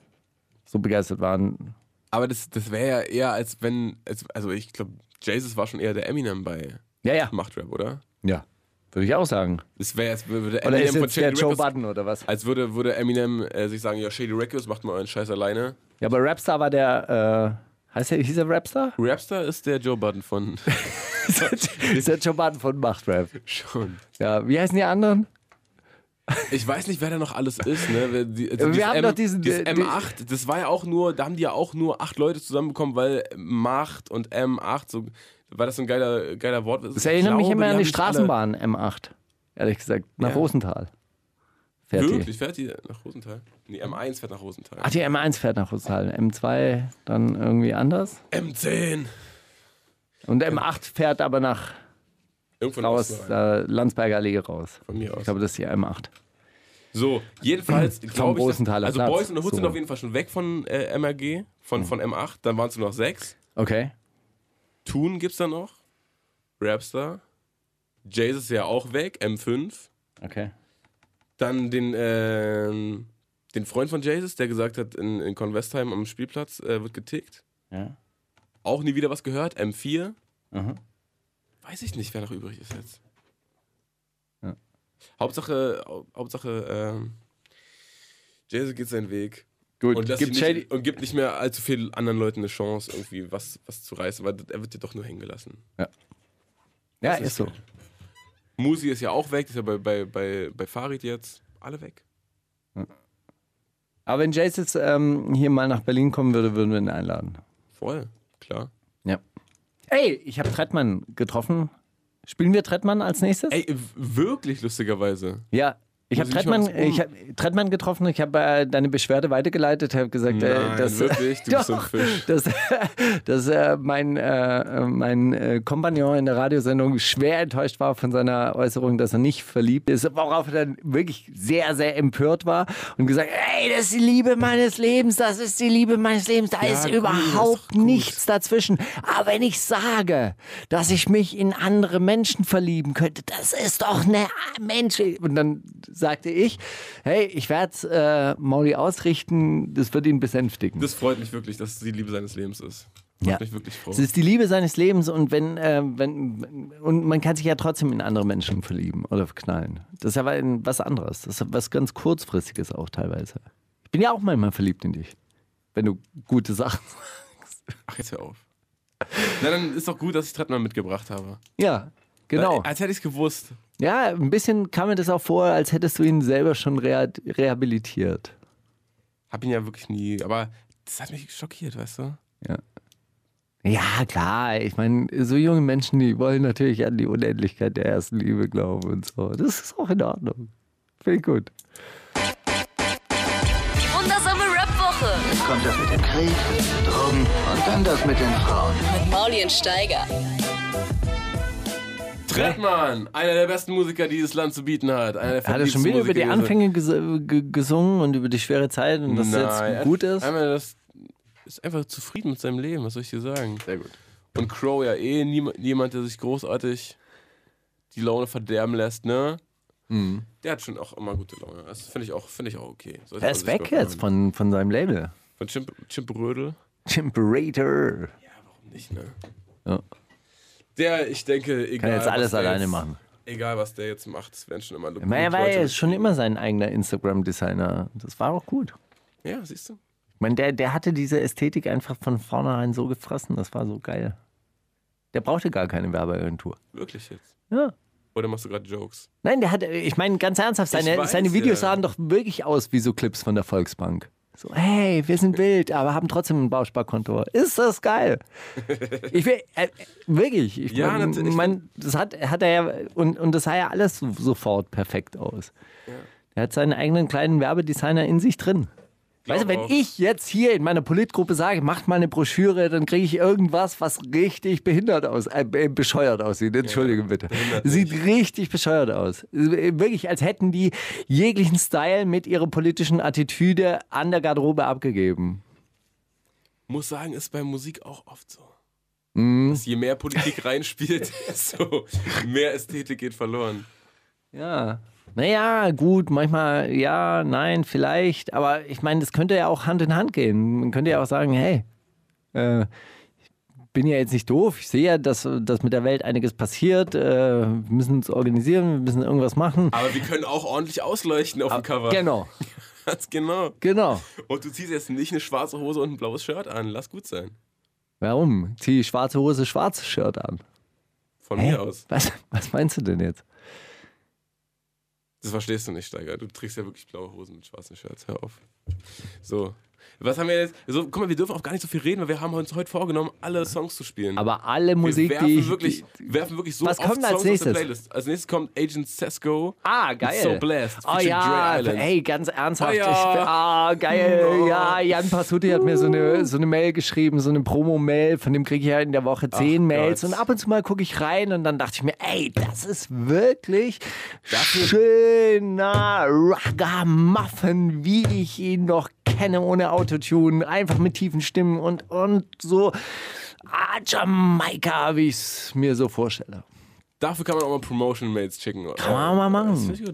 so begeistert waren. Aber das, das wäre ja eher, als wenn, als, also ich glaube, Jesus war schon eher der Eminem bei Ja, ja. Machtrap, oder? Ja, würde ich auch sagen. Das wäre jetzt, würde Oder Eminem ist von jetzt der Shady Joe Records, Budden oder was? als würde, würde Eminem äh, sich sagen, ja, Shady Records, macht mal euren Scheiß alleine. Ja, aber Rapstar war der, äh, heißt der, hieß er Rapstar? Rapstar ist der Joe Budden von ist der Joe Budden von Machtrap. schon. Ja, wie heißen die anderen? Ich weiß nicht, wer da noch alles ist, ne? Wer die- also Wir dieses haben doch diesen- dieses die- M8, das war ja auch nur, da haben die ja auch nur acht Leute zusammenbekommen, weil Macht und M8 so war das so ein geiler geiler Wort. Das erinnert mich immer an die Straßenbahn. Straßenbahn M8, ehrlich gesagt, nach Ja. Rosenthal. Fährt die. Wirklich, fährt die nach Rosenthal? Nee, M1 fährt nach Rosenthal. Ach, die M1 fährt nach Rosenthal, M2 dann irgendwie anders. M10. Und M8 fährt aber nach Irgendwo nach raus, Osten rein. äh, Landsberger Allee raus. Von mir aus. Ich glaube, das ist die M8. So, jedenfalls glaube ich, dass- Rosenthaler also Platz. Mhm. Boys und the Hood sind So. auf jeden Fall schon weg von äh, MRG, von, von M8, dann waren es nur noch sechs. Okay. Toon gibt's da noch. Rapstar. Jace ist ja auch weg, M5. Okay. Dann den, ähm, den Freund von Jesus, der gesagt hat, in, in Convestheim am Spielplatz äh, wird getickt. Ja. Auch nie wieder was gehört. M4. Aha. Weiß ich nicht, wer noch übrig ist jetzt. Ja. Hauptsache, Hau- Hauptsache, ähm, Jesus geht seinen Weg. Gut, Und, lässt gibt sich Shady. nicht, und gibt nicht mehr allzu vielen anderen Leuten eine Chance, irgendwie was, was zu reißen, weil er wird ja doch nur hängen gelassen. Ja, Das ist so. geil. Musi ist ja auch weg, ist ja bei, bei, bei, bei Farid jetzt. Alle weg. Aber wenn Jace jetzt ähm, hier mal nach Berlin kommen würde, würden wir ihn einladen. Voll, klar. Ey, ich habe Trettmann getroffen. Spielen wir Trettmann als nächstes? Ey, w- wirklich lustigerweise. Ja, ich Muss habe ich mich mal Trettmann, was um- ich hab Trettmann getroffen, ich habe äh, deine Beschwerde weitergeleitet, habe gesagt, äh, Nein, dass, wirklich? Du bist so ein Doch. Fisch. dass, dass äh, mein, äh, mein äh, Kompagnon in der Radiosendung schwer enttäuscht war von seiner Äußerung, dass er nicht verliebt ist, worauf er dann wirklich sehr, sehr empört war und gesagt, ey, das ist die Liebe meines Lebens, das ist die Liebe meines Lebens, da Ja, ist gut, das ist überhaupt doch gut. nichts dazwischen. Aber wenn ich sage, dass ich mich in andere Menschen verlieben könnte, das ist doch eine Mensch. Und dann sagte ich, hey, ich werde äh, Mauli ausrichten, das wird ihn besänftigen. Das freut mich wirklich, dass es die Liebe seines Lebens ist. Macht Ja. mich wirklich froh. Es ist die Liebe seines Lebens und wenn, äh, wenn und man kann sich ja trotzdem in andere Menschen verlieben oder knallen. Das ist ja ein- was anderes. Das ist was ganz kurzfristiges auch teilweise. Ich bin ja auch manchmal verliebt in dich. Wenn du gute Sachen. Ach, jetzt hör auf. Na, dann ist doch gut, dass ich Trettmann mitgebracht habe. Ja, genau. Weil, äh, als hätte ich es gewusst. Ja, ein bisschen kam mir das auch vor, als hättest du ihn selber schon reha rehabilitiert. Hab ihn ja wirklich nie, aber das hat mich schockiert, weißt du? Ja, klar. Ich meine, so junge Menschen, die wollen natürlich an die Unendlichkeit der ersten Liebe glauben und so. Das ist auch in Ordnung. Finde ich gut. Die wundersame Rap-Woche Kommt das mit dem Krieg, Drogen und dann das mit den Frauen. mit Mauli und Steiger. Trettmann, einer der besten Musiker, die dieses Land zu bieten hat. Einer der Hat er schon wieder über die Anfänge ges- ge- gesungen und über die schwere Zeit und dass es jetzt gut ist? Einmal das ist einfach zufrieden mit seinem Leben, was soll ich dir sagen? Sehr gut. Und Crow ja eh niem- niemand, der sich großartig die Laune verderben lässt, ne? Mhm. Der hat schon auch immer gute Laune. Das finde ich, auch- finde ich auch okay. Sollte Er man ist sich weg mal jetzt anhören. von, von seinem Label. Von Chimp, Chimp Rödel? Chimperator. Ja, warum nicht, ne? Ja. Der, ich denke, egal. Kann jetzt was alles der alleine jetzt, machen. Egal, was der jetzt macht, es werden schon immer Leute. Er war ja Leute- schon immer sein eigener Instagram-Designer. Das war auch gut. Ja, siehst du? Ich meine, der, der hatte diese Ästhetik einfach von vornherein so gefressen. Das war so geil. Der brauchte gar keine Werbeagentur. Wirklich jetzt. Ja. Oder machst du gerade Jokes? Nein, der hat, äh, ich meine, ganz ernsthaft, seine, weiß, seine Videos ja. sahen doch wirklich aus wie so Clips von der Volksbank. So, hey, wir sind wild, aber haben trotzdem ein Bausparkonto. Ist das geil? Ich will, äh, wirklich, ich Ja, mein, nat- ich mein, das hat, hat er ja, und, und das sah ja alles so, sofort perfekt aus. Er hat seinen eigenen kleinen Werbedesigner in sich drin. Weißt du, wenn auch. ich jetzt hier in meiner Politgruppe sage, macht mal eine Broschüre, dann kriege ich irgendwas, was richtig behindert aus, äh, äh, bescheuert aussieht. Entschuldige bitte. Sieht richtig bescheuert aus. Äh, Wirklich, als hätten die jeglichen Style mit ihrer politischen Attitüde an der Garderobe abgegeben. Muss sagen, ist bei Musik auch oft so. Mhm. Dass je mehr Politik reinspielt, desto mehr Ästhetik geht verloren. Ja. Naja, gut, manchmal ja, nein, vielleicht. Aber ich meine, das könnte ja auch Hand in Hand gehen. Man könnte ja auch sagen, hey, äh, ich bin ja jetzt nicht doof. Ich sehe ja, dass, dass mit der Welt einiges passiert. Äh, wir müssen uns organisieren, wir müssen irgendwas machen. Aber wir können auch ordentlich ausleuchten auf dem Cover. Genau, Ganz genau. genau. Und du ziehst jetzt nicht eine schwarze Hose und ein blaues Shirt an. Lass gut sein. Warum? Zieh schwarze Hose, schwarzes Shirt an. Von Hä? mir aus. Was, was meinst du denn jetzt? Das verstehst du nicht, Steiger. Du trägst ja wirklich blaue Hosen mit schwarzen Shirts. Hör auf. So. Was haben wir jetzt? So, guck mal, wir dürfen auch gar nicht so viel reden, weil wir haben uns heute vorgenommen, alle Songs zu spielen. Aber alle Musik, wir werfen die ich. wirklich, werfen wirklich so Was oft kommt Songs als aus nächstes? der Playlist. Als nächstes kommt Agent Sesko. Ah, geil. So blessed. Oh featuring ja, Dre Island. ey, ganz ernsthaft. Oh ja. Ich, ah, geil. Oh. Ja, Jan Passuti hat mir so eine, so eine Mail geschrieben, so eine Promo-Mail. Von dem kriege ich ja in der Woche zehn Ach Mails. Gott. Und ab und zu mal gucke ich rein und dann dachte ich mir, ey, das ist wirklich schöner Ragamuffin, wie ich ihn noch kenne, ohne Autotune. Einfach mit tiefen Stimmen und, und so. Ah, Jamaika, wie ich es mir so vorstelle. Dafür kann man auch mal Promotion Mails schicken. Oder? Kann man mal machen.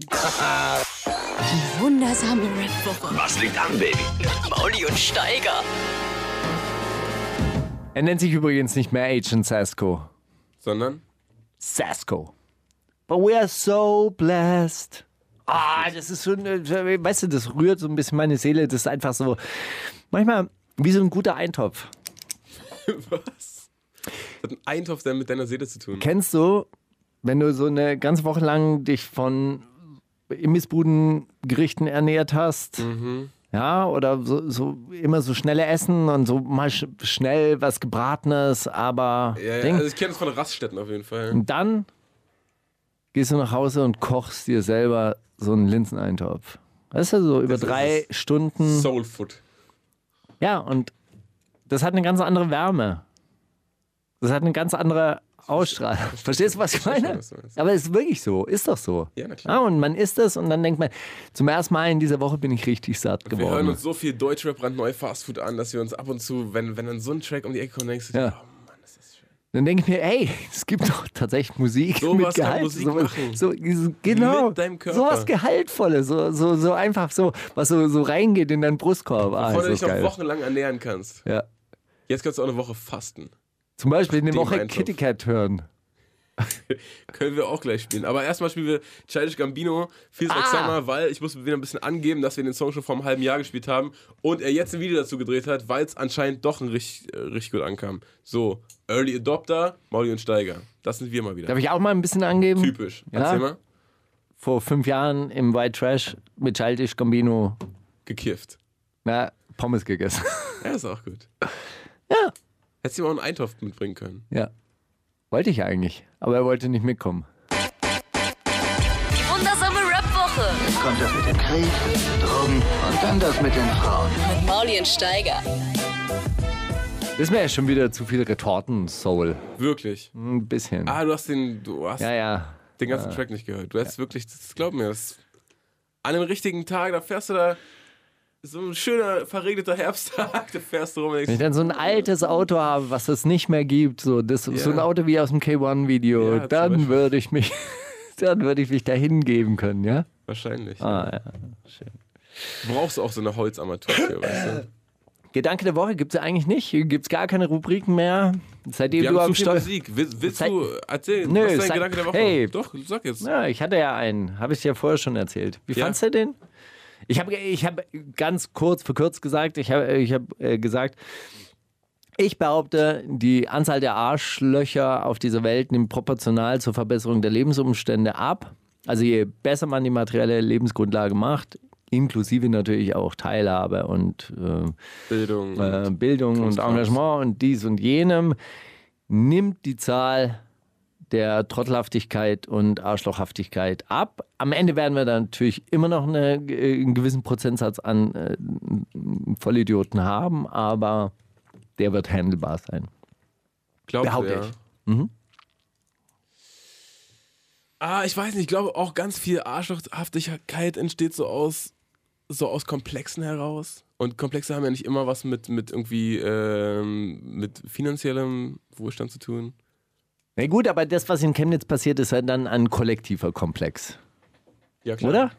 Wundersame Red Booker. Was liegt an, Baby? Mit Mauli und Steiger. Er nennt sich übrigens nicht mehr Agent Sasko. Sondern? Sasko. But we are so blessed. Ah, das ist so, eine- weißt du, das rührt so ein bisschen meine Seele. Das ist einfach so, manchmal wie so ein guter Eintopf. Was? Das hat einen Eintopf der mit deiner Seele zu tun. Kennst du, wenn du so eine ganze Woche lang dich von Imbissbudengerichten ernährt hast? Ja, oder so, so immer so schnelle Essen und so mal sch schnell was Gebratenes, aber Ja, ja, Ding. also ich kenne es von Raststätten auf jeden Fall. Und dann gehst du nach Hause und kochst dir selber so einen Linseneintopf. Weißt du, so über Das ist drei Stunden. Soul Food. Ja, und das hat eine ganz andere Wärme. Das hat eine ganz andere Ausstrahlung. Verstehst du, was ich meine? was du meinst. Aber es ist wirklich so. Ist doch so. Ja, na klar. Ah, und man isst es und dann denkt man, zum ersten Mal in dieser Woche bin ich richtig satt Wir hören geworden. uns so viel Deutschrap brandneu Fastfood an, dass wir uns ab und zu, wenn, wenn dann so ein Track um die Ecke kommt, denkst du, Ja. ja. oh Mann, ist das schön. Dann denke ich mir, ey, es gibt doch tatsächlich Musik Sowas mit kann Gehalt. Musik sowas, machen. So, dieses- genau. Mit deinem Körper. So was Gehaltvolles, so, so, so einfach so, was so, so reingeht in deinen Brustkorb. Ah, Bevor ist du das dich noch geil. wochenlang ernähren kannst. Ja. Jetzt kannst du auch eine Woche fasten. Zum Beispiel eine Dem Woche Eintopf. Kitty Cat hören. Können wir auch gleich spielen. Aber erstmal spielen wir Childish Gambino, viel ah. Summer, weil ich muss wieder ein bisschen angeben, dass wir den Song schon vor einem halben Jahr gespielt haben und er jetzt ein Video dazu gedreht hat, weil es anscheinend doch ein richtig, äh, richtig gut ankam. So, Early Adopter, Mauli und Steiger. Das sind wir mal wieder. Darf ich auch mal ein bisschen angeben? Typisch. Ja. Erzähl mal. Vor fünf Jahren im White Trash mit Childish Gambino Gekifft. na, Pommes gegessen. Ja, ist auch gut. Ja. Hättest du ihm auch einen Eintopf mitbringen können. ja. Wollte ich eigentlich, aber er wollte nicht mitkommen. Die wundersame Rap Woche. Kommt das mit dem Krieg, Drogen und dann das mit den Frauen. Mit Mauli und Steiger. Das ist mir ja schon wieder zu viel Retorten-Soul. Wirklich. Ein bisschen. Ah, du hast den, du hast Ja, ja. den ganzen Track nicht gehört. Du hast wirklich, das glaub mir, das, an einem richtigen Tag, da fährst du da, so ein schöner, verregneter Herbsttag, da fährst du rum und Wenn ich denkst, dann so ein altes Auto habe, was es nicht mehr gibt, so, das, so ein Auto wie aus dem K1-Video, Ja, zum dann Beispiel. würde ich mich, dann würde ich mich da hingeben können, ja? wahrscheinlich. Ah, ja. Du brauchst auch so eine Holzarmatur für, weißt du? Gedanke der Woche gibt es ja eigentlich nicht. Gibt es gar keine Rubriken mehr. Seitdem Wir du haben am zu viel Steuer. Musik. Willst, willst Zeit- du erzählen? Nö, was ist dein sag- Gedanke der Woche? hey. Doch, sag jetzt. Ja, ich hatte ja einen. Habe ich dir ja vorher schon erzählt. Wie Ja. fandst du den? Ich habe ich hab ganz kurz für kurz gesagt, ich habe ich hab, äh, gesagt, ich behaupte, die Anzahl der Arschlöcher auf dieser Welt nimmt proportional zur Verbesserung der Lebensumstände ab. Also je besser man die materielle Lebensgrundlage macht, inklusive natürlich auch Teilhabe und äh, Bildung. äh, Bildung und Kunst, Engagement und dies und jenem, nimmt die Zahl der Trottelhaftigkeit und Arschlochhaftigkeit ab. Am Ende werden wir dann natürlich immer noch eine, äh, einen gewissen Prozentsatz an äh, Vollidioten haben, aber der wird handelbar sein. Glaubst du, Behaupte ja. ich. Ah, ich weiß nicht, ich glaube auch ganz viel Arschlochhaftigkeit entsteht so aus, so aus Komplexen heraus. Und Komplexe haben ja nicht immer was mit, mit irgendwie ähm, mit finanziellem Wohlstand zu tun. Na gut, aber das, was in Chemnitz passiert, ist halt dann ein kollektiver Komplex, Ja, klar. oder?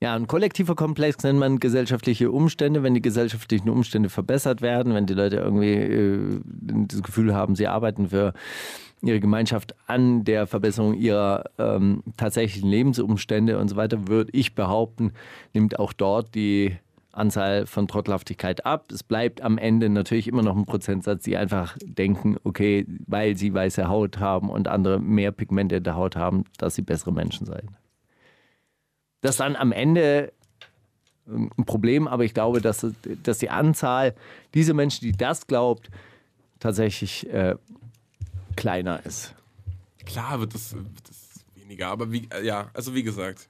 Ja, ein kollektiver Komplex nennt man gesellschaftliche Umstände. Wenn die gesellschaftlichen Umstände verbessert werden, wenn die Leute irgendwie äh, das Gefühl haben, sie arbeiten für ihre Gemeinschaft an der Verbesserung ihrer ähm, tatsächlichen Lebensumstände und so weiter, würde ich behaupten, nimmt auch dort die Anzahl von Trottelhaftigkeit ab. Es bleibt am Ende natürlich immer noch ein Prozentsatz, die einfach denken, okay, weil sie weiße Haut haben und andere mehr Pigmente in der Haut haben, dass sie bessere Menschen seien. Das ist dann am Ende ähm, ein Problem, aber ich glaube, dass, dass die Anzahl dieser Menschen, die das glaubt, tatsächlich äh, kleiner ist. Klar wird das, wird das weniger, aber wie, äh, ja, also wie gesagt.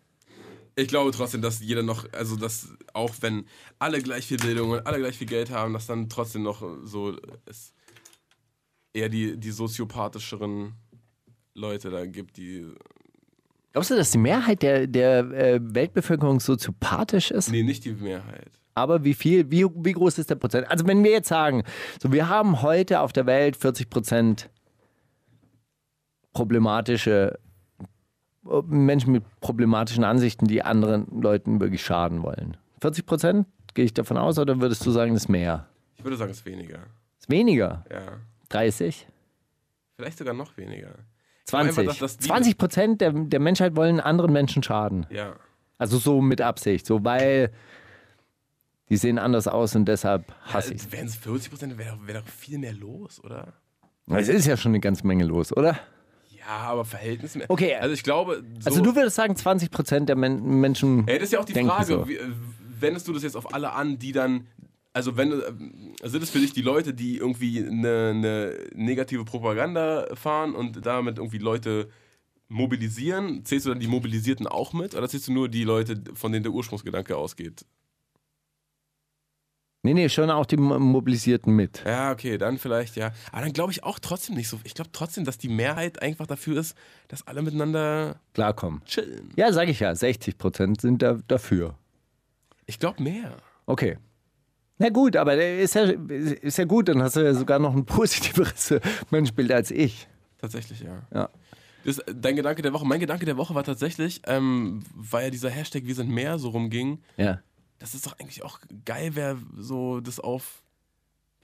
Ich glaube trotzdem, dass jeder noch, also dass auch wenn alle gleich viel Bildung und alle gleich viel Geld haben, dass dann trotzdem noch so es eher die, die soziopathischeren Leute da gibt, die. Glaubst du, dass die Mehrheit der, der äh, Weltbevölkerung soziopathisch ist? Nee, nicht die Mehrheit. Aber wie viel, wie, wie groß ist der Prozent? Also wenn wir jetzt sagen, so wir haben heute auf der Welt 40 Prozent problematische äh, Menschen mit problematischen Ansichten, die anderen Leuten wirklich schaden wollen. 40 Prozent? Gehe ich davon aus oder würdest du sagen, das ist mehr? Ich würde sagen, es ist weniger. Ist weniger? Ja. 30? Vielleicht sogar noch weniger. glaube einfach, 20? dass das die- 20 Prozent der, der Menschheit wollen anderen Menschen schaden. Ja. Also so mit Absicht, so weil die sehen anders aus und deshalb hasse ich sie. Wären es 40 Äh, Prozent, wäre wär doch viel mehr los, oder? Es ist ja schon eine ganze Menge los, oder? Ja, aber verhältnismäßig. Okay. Also ich glaube. So Also du würdest sagen, 20 Prozent der Men Menschen. Ja, das ist ja auch die denken Frage, so. wie, äh, wendest du das jetzt auf alle an, die dann, also wenn, äh, sind es für dich die Leute, die irgendwie eine, eine negative Propaganda fahren und damit irgendwie Leute mobilisieren? Zählst du dann die Mobilisierten auch mit oder zählst du nur die Leute, von denen der Ursprungsgedanke ausgeht? Nee, nee, schon auch die Mo- Mobilisierten mit. Ja, okay, dann vielleicht, ja. Aber dann glaube ich auch trotzdem nicht so. Ich glaube trotzdem, dass die Mehrheit einfach dafür ist, dass alle miteinander Klarkommen. chillen. Ja, sag ich ja, 60 Prozent sind da, dafür. Ich glaube mehr. Okay. Na gut, aber der ist ja, ist ja gut, dann hast du ja sogar noch ein positiveres Menschbild als ich. Tatsächlich, ja. Ja. Das, ist dein Gedanke der Woche, mein Gedanke der Woche war tatsächlich, ähm, weil ja dieser Hashtag Wir sind mehr so rumging, Ja. dass es doch eigentlich auch geil wäre, so das auf,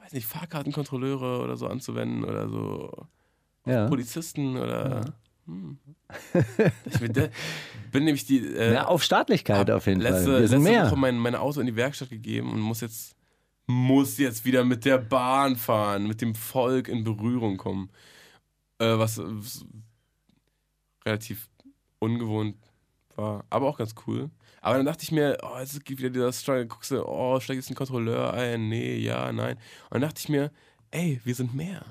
weiß nicht, Fahrkartenkontrolleure oder so anzuwenden oder so ja. Polizisten oder. Hm. ich bin, der- bin nämlich die. Äh, Na, auf Staatlichkeit hab auf jeden letzte, Fall. Wir sind letzte mehr. Woche mein, mein Auto in die Werkstatt gegeben und muss jetzt, muss jetzt wieder mit der Bahn fahren, mit dem Volk in Berührung kommen. Äh, was, äh, s- relativ ungewohnt war, aber auch ganz cool. Aber dann dachte ich mir, oh, jetzt gibt wieder dieser Struggle, guckst du, oh, steigt jetzt ein Kontrolleur ein, nee, ja, nein. Und dann dachte ich mir, ey, wir sind mehr.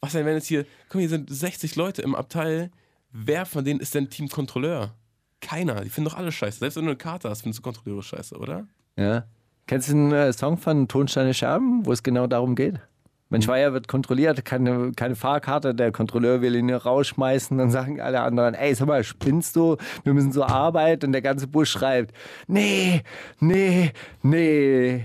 Was denn, wenn jetzt hier, guck mal, hier sind 60 Leute im Abteil, wer von denen ist denn Teamkontrolleur? Keiner. Die finden doch alle scheiße. Selbst wenn du eine Karte hast, findest du Kontrolleure scheiße, oder? Ja. Kennst du den äh, Song von Tonsteine Scherben, wo es genau darum geht? Mensch, Hm. Weiher wird kontrolliert, keine, keine Fahrkarte, der Kontrolleur will ihn rausschmeißen, dann sagen alle anderen, ey, sag mal, spinnst du? Wir müssen so arbeiten und der ganze Bus schreibt, nee, nee, nee,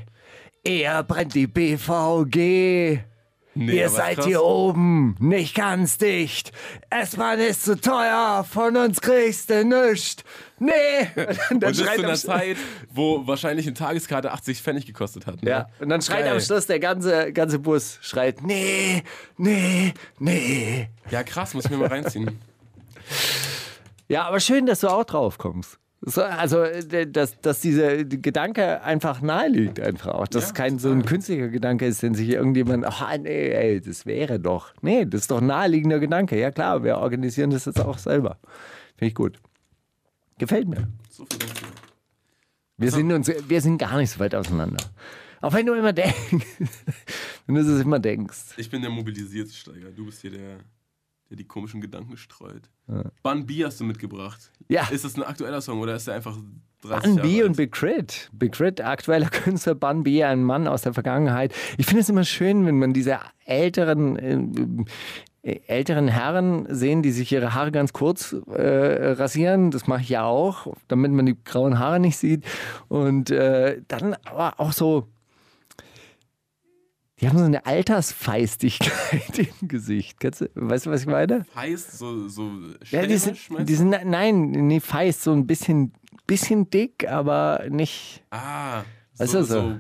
er brennt die BVG. Nee, Ihr aber seid krass. hier oben, nicht ganz dicht. S-Bahn ist zu teuer, von uns kriegst du nichts. Nee! Und dann, Und das zu am einer Sch- Zeit, wo wahrscheinlich eine Tageskarte 80 Pfennig gekostet hat. Ne? Ja, und dann schreit Geil. am Schluss der ganze, ganze Bus, schreit, nee, nee, nee. Ja, krass, muss ich mir mal reinziehen. Ja, aber schön, dass du auch drauf kommst. So, also, äh, dass, dass dieser Gedanke einfach naheliegt einfach auch. Dass es kein so ein künstlicher Gedanke ist, den sich irgendjemand, ah nee, ey, das wäre doch. Nee, das ist doch ein naheliegender Gedanke. Ja klar, wir organisieren das jetzt auch selber. Finde ich gut. Gefällt mir. So viel dazu. Wir sind, uns, wir sind gar nicht so weit auseinander. Auch wenn du immer denkst, wenn du es immer denkst. Ich bin der mobilisierte Steiger. Du bist hier der, der die komischen Gedanken streut. Bun B hast du mitgebracht. Ja. Ist das ein aktueller Song oder ist der einfach 30 Bun Jahre B alt? und Big Crit. Big Crit, aktueller Künstler Bun B, ein Mann aus der Vergangenheit. Ich finde es immer schön, wenn man diese älteren, ähm, äh, älteren Herren sehen, die sich ihre Haare ganz kurz äh, rasieren. Das mache ich ja auch, damit man die grauen Haare nicht sieht. Und äh, dann aber auch so. Die haben so eine Altersfeistigkeit im Gesicht. Kennst du, weißt du, was ich meine? Heißt so, so Ja, die sind, stämmerisch, meinst die du? sind, nein, nee, feist, so ein bisschen, bisschen dick, aber nicht. Ah, Weißt so, du, so. so.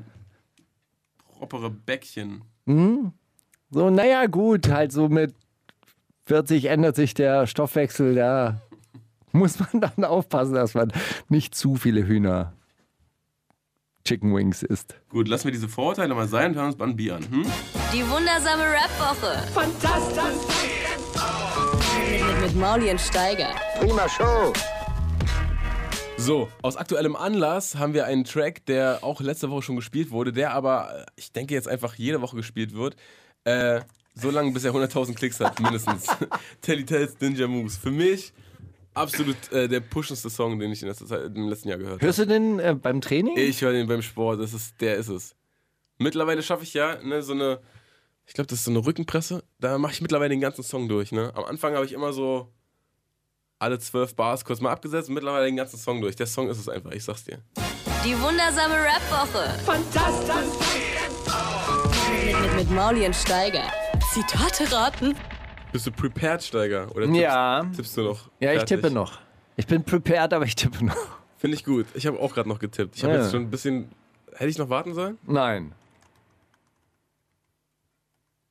propere Bäckchen. So, naja, gut, halt so mit 40 ändert sich der Stoffwechsel, da muss man dann aufpassen, dass man nicht zu viele Hühner Chicken Wings isst. Gut, lassen wir diese Vorurteile mal sein und hören uns Bun B an. Hm? Die wundersame Rap-Woche. Fantastisch. Mit, mit Mauli und Steiger. So, aus aktuellem Anlass haben wir einen Track, der auch letzte Woche schon gespielt wurde, der aber, äh, ich denke, jetzt einfach jede Woche gespielt wird. Äh, so lange, bis er 100.000 Klicks hat, mindestens. Telly Tells Ninja Moves. Für mich absolut äh, der pushendste Song, den ich in letzter Zeit, im letzten Jahr gehört habe. Hörst du den äh, beim Training? Ich höre den beim Sport, das ist, der ist es. Mittlerweile schaffe ich ja ne, so eine, ich glaube, das ist so eine Rückenpresse. Da mache ich mittlerweile den ganzen Song durch. Ne? Am Anfang habe ich immer so alle zwölf Bars kurz mal abgesetzt und mittlerweile den ganzen Song durch. Der Song ist es einfach, ich sag's dir. Die wundersame Rap-Woche. Fantastisch. Mit, mit, mit Mauli und Steiger. Zitate raten. Bist du prepared, Steiger? Oder Ja. tippst, tippst du noch? ja, ich fertig? tippe noch. Ich bin prepared, aber ich tippe noch. Finde ich gut. Ich habe auch gerade noch getippt. Ich habe Ja. jetzt schon ein bisschen. Hätte ich noch warten sollen? Nein.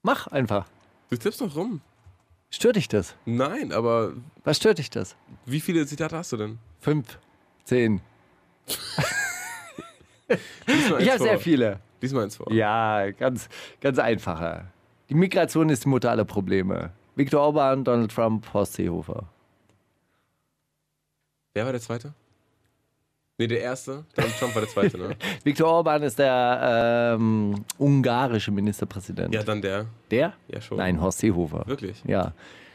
Mach einfach. Du tippst noch rum. Stört dich das? Nein, aber Was stört dich das? wie viele Zitate hast du denn? Fünf, zehn. Diesmal Ich eins habe sehr vor. viele. Diesmal eins vor. Ja, ganz, ganz einfacher. Die Migration ist die Mutter aller Probleme. Viktor Orban, Donald Trump, Horst Seehofer. Wer war der Zweite? Nee, der Erste. Donald Trump war der Zweite, ne? Viktor Orban ist der ähm, ungarische Ministerpräsident. Ja, dann der. Der? Ja, schon. Nein, Horst Seehofer. Wirklich? Ja.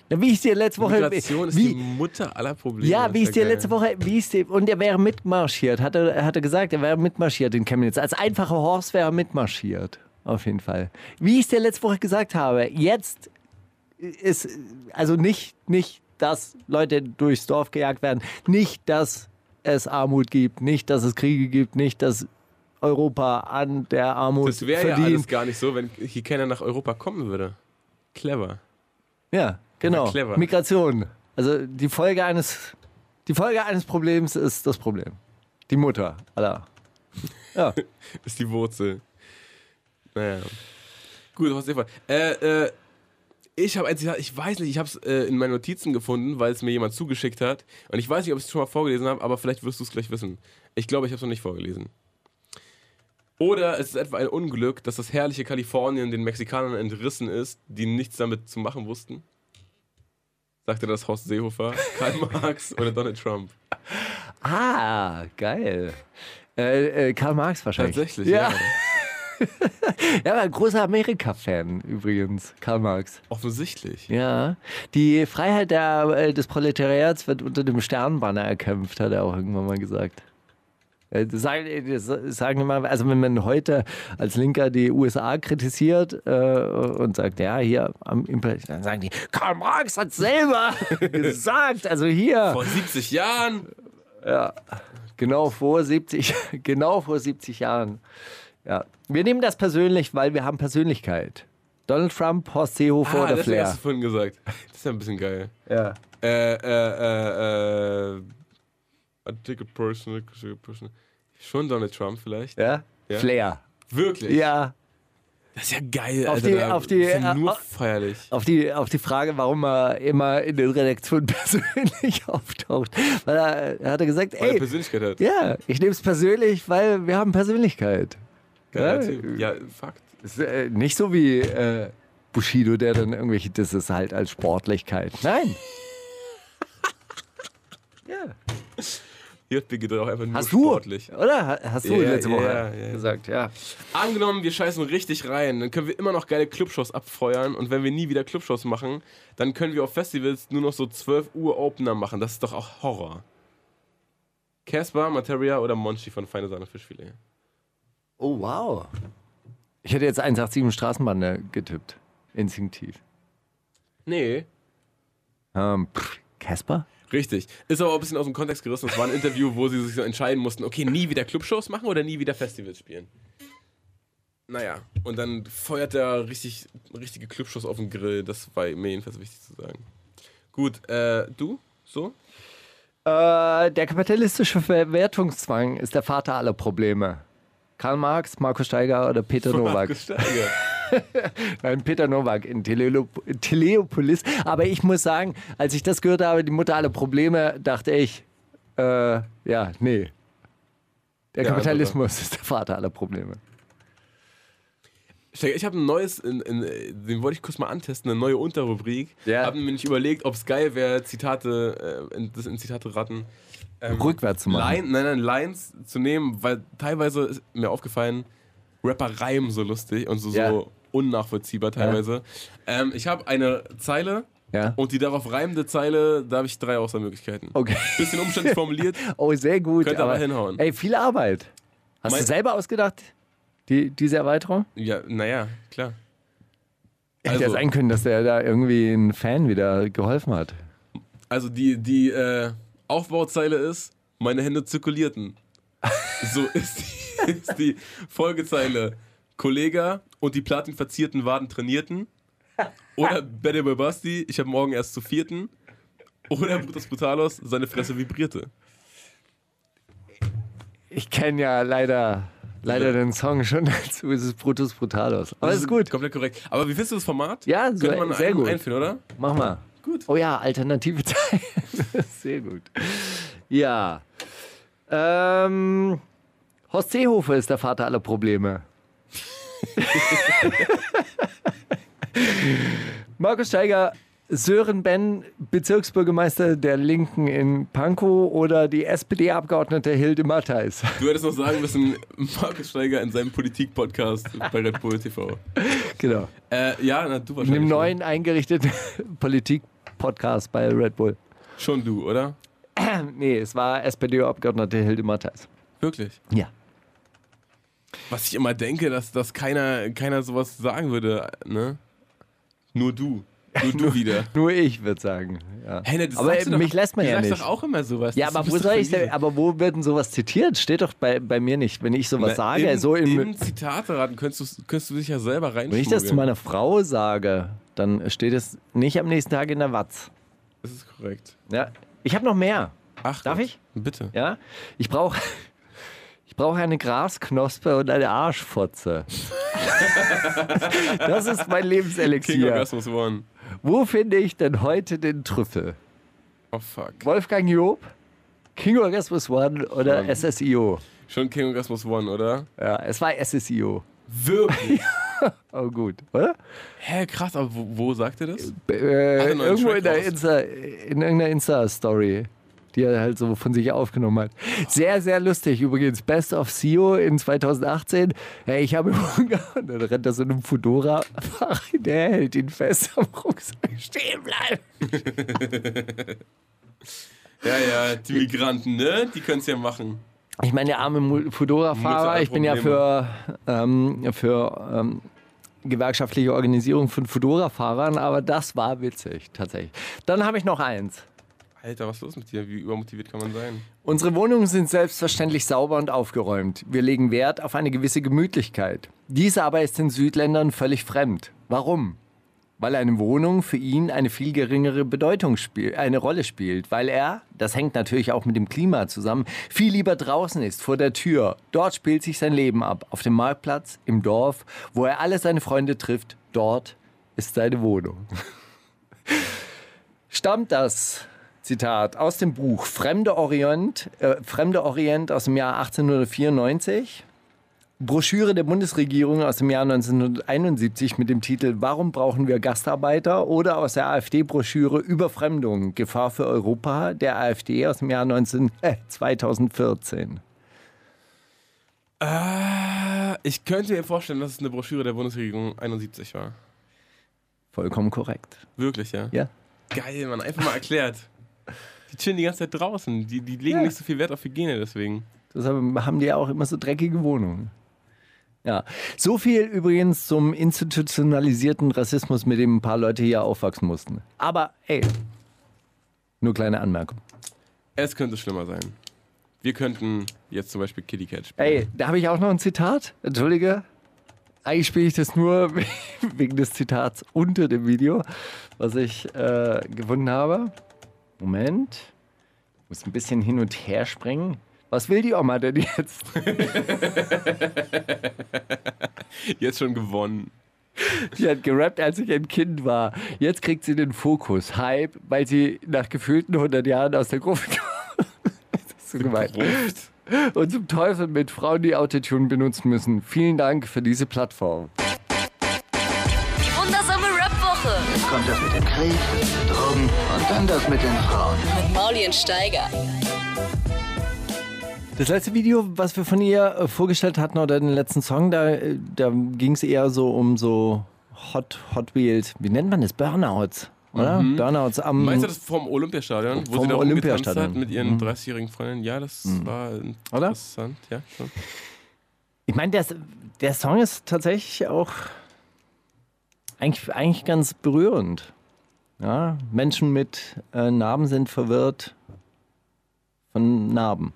Na, wie ich dir letzte Woche. Migration ist wie, die Mutter aller Probleme. ja, wie ich Ist ja dir letzte geil. Woche, wie ich dir, und er wäre mitmarschiert, hat er, hat er gesagt, er wäre mitmarschiert in Chemnitz. Als einfacher Horst wäre er mitmarschiert, auf jeden Fall. Wie ich dir letzte Woche gesagt habe, jetzt ist, also nicht, nicht, dass Leute durchs Dorf gejagt werden, nicht, dass es Armut gibt, nicht, dass es Kriege gibt, nicht, dass Europa an der Armut Das wäre ja verdient. alles gar nicht so, wenn hier keiner nach Europa kommen würde. Clever. Ja, genau. Ja, clever. Migration. Also die Folge eines, die Folge eines Problems ist das Problem. Die Mutter aller. Ja. ist die Wurzel. Naja. Gut, Horst Seehofer. Äh, äh, ich habe ein Zitat, ich weiß nicht, ich habe es äh, in meinen Notizen gefunden, weil es mir jemand zugeschickt hat. Und ich weiß nicht, ob ich es schon mal vorgelesen habe, aber vielleicht wirst du es gleich wissen. Ich glaube, ich habe es noch nicht vorgelesen. Oder es ist etwa ein Unglück, dass das herrliche Kalifornien den Mexikanern entrissen ist, die nichts damit zu machen wussten? Sagte das Horst Seehofer, Karl Marx oder Donald Trump? Ah, geil. Äh, äh, Karl Marx wahrscheinlich. Tatsächlich, Ja, ja. er war ein großer Amerika-Fan übrigens, Karl Marx. Offensichtlich. Ja. Die Freiheit der, äh, des Proletariats wird unter dem Sternbanner erkämpft, hat er auch irgendwann mal gesagt. Äh, das Sagen, äh, das sagen wir mal, also wenn man heute als Linker die USA kritisiert äh, und sagt, ja, hier am Impel, dann sagen die, Karl Marx hat selber gesagt, also hier, Vor 70 Jahren genau vor 70, genau vor 70 Jahren. Ja. Wir nehmen das persönlich, weil wir haben Persönlichkeit. Donald Trump, Horst Seehofer oder deswegen Ah, hast Flair. du vorhin gesagt. Das ist ja ein bisschen geil. Ah, Ja. Äh, äh, äh, äh. I take a personal, I take a personal. Schon Donald Trump vielleicht. Ja? Ja. Flair. Wirklich? Ja. Das ist ja geil, Auf Alter. die- da auf die- ist ja äh, nur auf- feierlich. Auf die, auf die Frage, warum er immer in den Redaktionen persönlich auftaucht. Weil er, er hat er gesagt, Weil er ey, Persönlichkeit hat. ja, ich nehme es persönlich, weil wir haben Persönlichkeit. Geiler ja. Typ. ja, Fakt. Ist, äh, nicht so wie äh, Bushido, der dann irgendwelche, das ist halt als Sportlichkeit. Nein. ja. Hirtwig geht doch einfach nur Hast du, sportlich. oder? Hast du Ja, letzte ja, Woche ja, ja. gesagt, ja. Angenommen, wir scheißen richtig rein, dann können wir immer noch geile Clubshows abfeuern und wenn wir nie wieder Clubshows machen, dann können wir auf Festivals nur noch so 12 Uhr Opener machen. Das ist doch auch Horror. Casper, Materia oder Monchi von Feine Sahne Fischfilet? Oh, wow. Ich hätte jetzt 187 Straßenbahn äh, getippt. Instinktiv. Nee. Ähm, pff, Casper? Richtig. Ist aber ein bisschen aus dem Kontext gerissen. Es war ein Interview, wo sie sich so entscheiden mussten, okay, nie wieder Clubshows machen oder nie wieder Festivals spielen. Naja, und dann feuert er richtig, richtige Clubshows auf den Grill. Das war mir jedenfalls wichtig zu sagen. Gut, äh, du? So? Äh, der kapitalistische Verwertungszwang ist der Vater aller Probleme. Karl Marx, Markus Steiger oder Peter Nowak? Markus Steiger. Nein, Peter Nowak in Teleop Teleopolis. Aber ich muss sagen, als ich das gehört habe, die Mutter aller Probleme, dachte ich, äh, ja, nee. Der Ja, Kapitalismus ist der Vater aller Probleme. Steiger, Ich habe ein neues, in, in, den wollte ich kurz mal antesten, eine neue Unterrubrik. Ja. Haben mir nicht überlegt, ob es geil wäre, Zitate, äh, in, das in Zitate raten. Ähm, Rückwärts zu machen. Line, nein, nein, Lines zu nehmen, weil teilweise ist mir aufgefallen, Rapper reimen so lustig und so, Ja. so unnachvollziehbar teilweise. Ähm, ich habe eine Zeile Ja. und die darauf reimende Zeile, da habe ich drei Auswahlmöglichkeiten. Okay. Bisschen umständlich formuliert. Oh, sehr gut. Könnte aber hinhauen. Ey, viel Arbeit. Hast Mein- du selber ausgedacht, die, diese Erweiterung? Ja, naja, klar. Also Hätte ja sein können, dass der da irgendwie ein Fan wieder geholfen hat. Also die, die äh, Aufbauzeile ist, meine Hände zirkulierten. So ist die, ist die Folgezeile. Kollega und die platinverzierten Waden trainierten. Oder Benny Basti, ich habe morgen erst zu vierten. Oder Brutus Brutalos, seine Fresse vibrierte. Ich kenne ja leider, leider den Song schon dazu. Es ist Brutus Brutalos. Aber ist gut. Komplett korrekt. Aber wie findest du das Format? Ja, so- Könnte man sehr einen gut. einführen, oder? Mach mal. Gut. Oh ja, alternative Teil. Sehr gut. Ja. Ähm, Horst Seehofer ist der Vater aller Probleme. Markus Steiger, Sören Ben, Bezirksbürgermeister der Linken in Pankow oder die SPD-Abgeordnete Hilde Mattheis? Du hättest noch sagen müssen, Markus Steiger in seinem Politik-Podcast bei Red Bull TV. Genau. Äh, ja, na, du In wahrscheinlich. dem schon. neuen eingerichteten Politik-Podcast bei Red Bull. Schon du, oder? Nee, es war SPD-Abgeordnete Hilde Mattheis. Wirklich? Ja. Was ich immer denke, dass, dass keiner, keiner sowas sagen würde, ne? Nur du. Nur du wieder. Nur ich würde sagen. Ja. Hey, ne, das aber sagst du mich doch, lässt man du ja sagst nicht. doch auch immer sowas. ja, Das aber bist wo doch soll ich verliebt. denn, aber wo wird denn sowas zitiert? Steht doch bei, bei mir nicht. Wenn ich sowas Na, sage, im, so im, Im Zitateraten könntest du, könntest du dich ja selber reinschmuggeln. wenn ich das zu meiner Frau sage, dann steht es nicht am nächsten Tag in der Watz. Das ist korrekt. Ja. Ich habe noch mehr. Ach, Darf Gott. ich? Bitte. Ja? Ich brauche ich brauch eine Grasknospe und eine Arschfotze. das ist mein King Lebenselixier. Orgasmus One. Wo finde ich denn heute den Trüffel? Oh, fuck. Wolfgang Job, King Orgasmus One oder SSIO? Schon King Orgasmus One, oder? Ja, es war SSIO. Wirklich? Oh gut, oder? Hä, krass, aber wo, wo sagt er das? B- Äh, Hat er noch einen irgendwo Track in, der raus? Insta, in irgendeiner Insta-Story, die er halt so von sich aufgenommen hat. Sehr, sehr lustig übrigens. Best of SEO in 2018. Hey, ich habe Hunger. Und dann rennt er so in einem Fudora. Der hält ihn fest am Rucksack. Stehen bleiben. Ja, ja, die Migranten, ne? Die können es ja machen. Ich meine, der arme Mu- Mutter Fudora-Fahrer, hat ich bin ja für, Probleme. ähm, für ähm, gewerkschaftliche Organisierung von Fudora-Fahrern, aber das war witzig, tatsächlich. Dann habe ich noch eins. Alter, was ist los mit dir? Wie übermotiviert kann man sein? Unsere Wohnungen sind selbstverständlich sauber und aufgeräumt. Wir legen Wert auf eine gewisse Gemütlichkeit. Dies aber ist den Südländern völlig fremd. Warum? Weil eine Wohnung für ihn eine viel geringere Bedeutung spielt, eine Rolle spielt, weil er, das hängt natürlich auch mit dem Klima zusammen, viel lieber draußen ist, vor der Tür. Dort spielt sich sein Leben ab, auf dem Marktplatz, im Dorf, wo er alle seine Freunde trifft. Dort ist seine Wohnung. Stammt das Zitat aus dem Buch Fremde Orient, äh, Fremde Orient aus dem Jahr 1894 Broschüre der Bundesregierung aus dem Jahr 1971 mit dem Titel Warum brauchen wir Gastarbeiter? oder aus der AfD-Broschüre Überfremdung, Gefahr für Europa der AfD aus dem Jahr 19, äh, 2014. Ich könnte mir vorstellen, dass es eine Broschüre der Bundesregierung 71 war. Vollkommen korrekt. Wirklich, ja. Ja. Geil, man, einfach mal erklärt. Die chillen die ganze Zeit draußen. Die, die legen Ja. nicht so viel Wert auf Hygiene deswegen. Deshalb haben die ja auch immer so dreckige Wohnungen. Ja, so viel übrigens zum institutionalisierten Rassismus, mit dem ein paar Leute hier aufwachsen mussten. Aber ey, nur kleine Anmerkung. Es könnte schlimmer sein. Wir könnten jetzt zum Beispiel Kitty Cat spielen. Ey, da habe ich auch noch ein Zitat. Entschuldige. Eigentlich spiele ich das nur wegen des Zitats unter dem Video, was ich äh, gefunden habe. Moment. Muss ein bisschen hin und her springen. Was will die Oma denn jetzt? Jetzt schon gewonnen. Die hat gerappt, als ich ein Kind war. Jetzt kriegt sie den Fokus. Hype, weil sie nach gefühlten 100 Jahren aus der Gruppe kommt. Das ist so gemein. Ruft. Und zum Teufel mit Frauen, die Autotune benutzen müssen. Vielen Dank für diese Plattform. Die wundersame Rap-Woche Kommt das mit dem Krieg, Drogen und dann das mit den Frauen. mit Maulien Steiger. Das letzte Video, was wir von ihr äh, vorgestellt hatten, oder den letzten Song, da, äh, da ging es eher so um so Hot, Hot Wheels. Wie nennt man das? Burnouts, oder? Burnouts am. Meinst du das vom Olympiastadion, wo Vom sie da rumgetanzt Olympiastadion. Mhm. hat mit ihren 30-jährigen Freundinnen? Ja, das war interessant. Ja, schon. Ich meine, der, der Song ist tatsächlich auch eigentlich, eigentlich ganz berührend. Ja, Menschen mit äh, Narben sind verwirrt von Narben.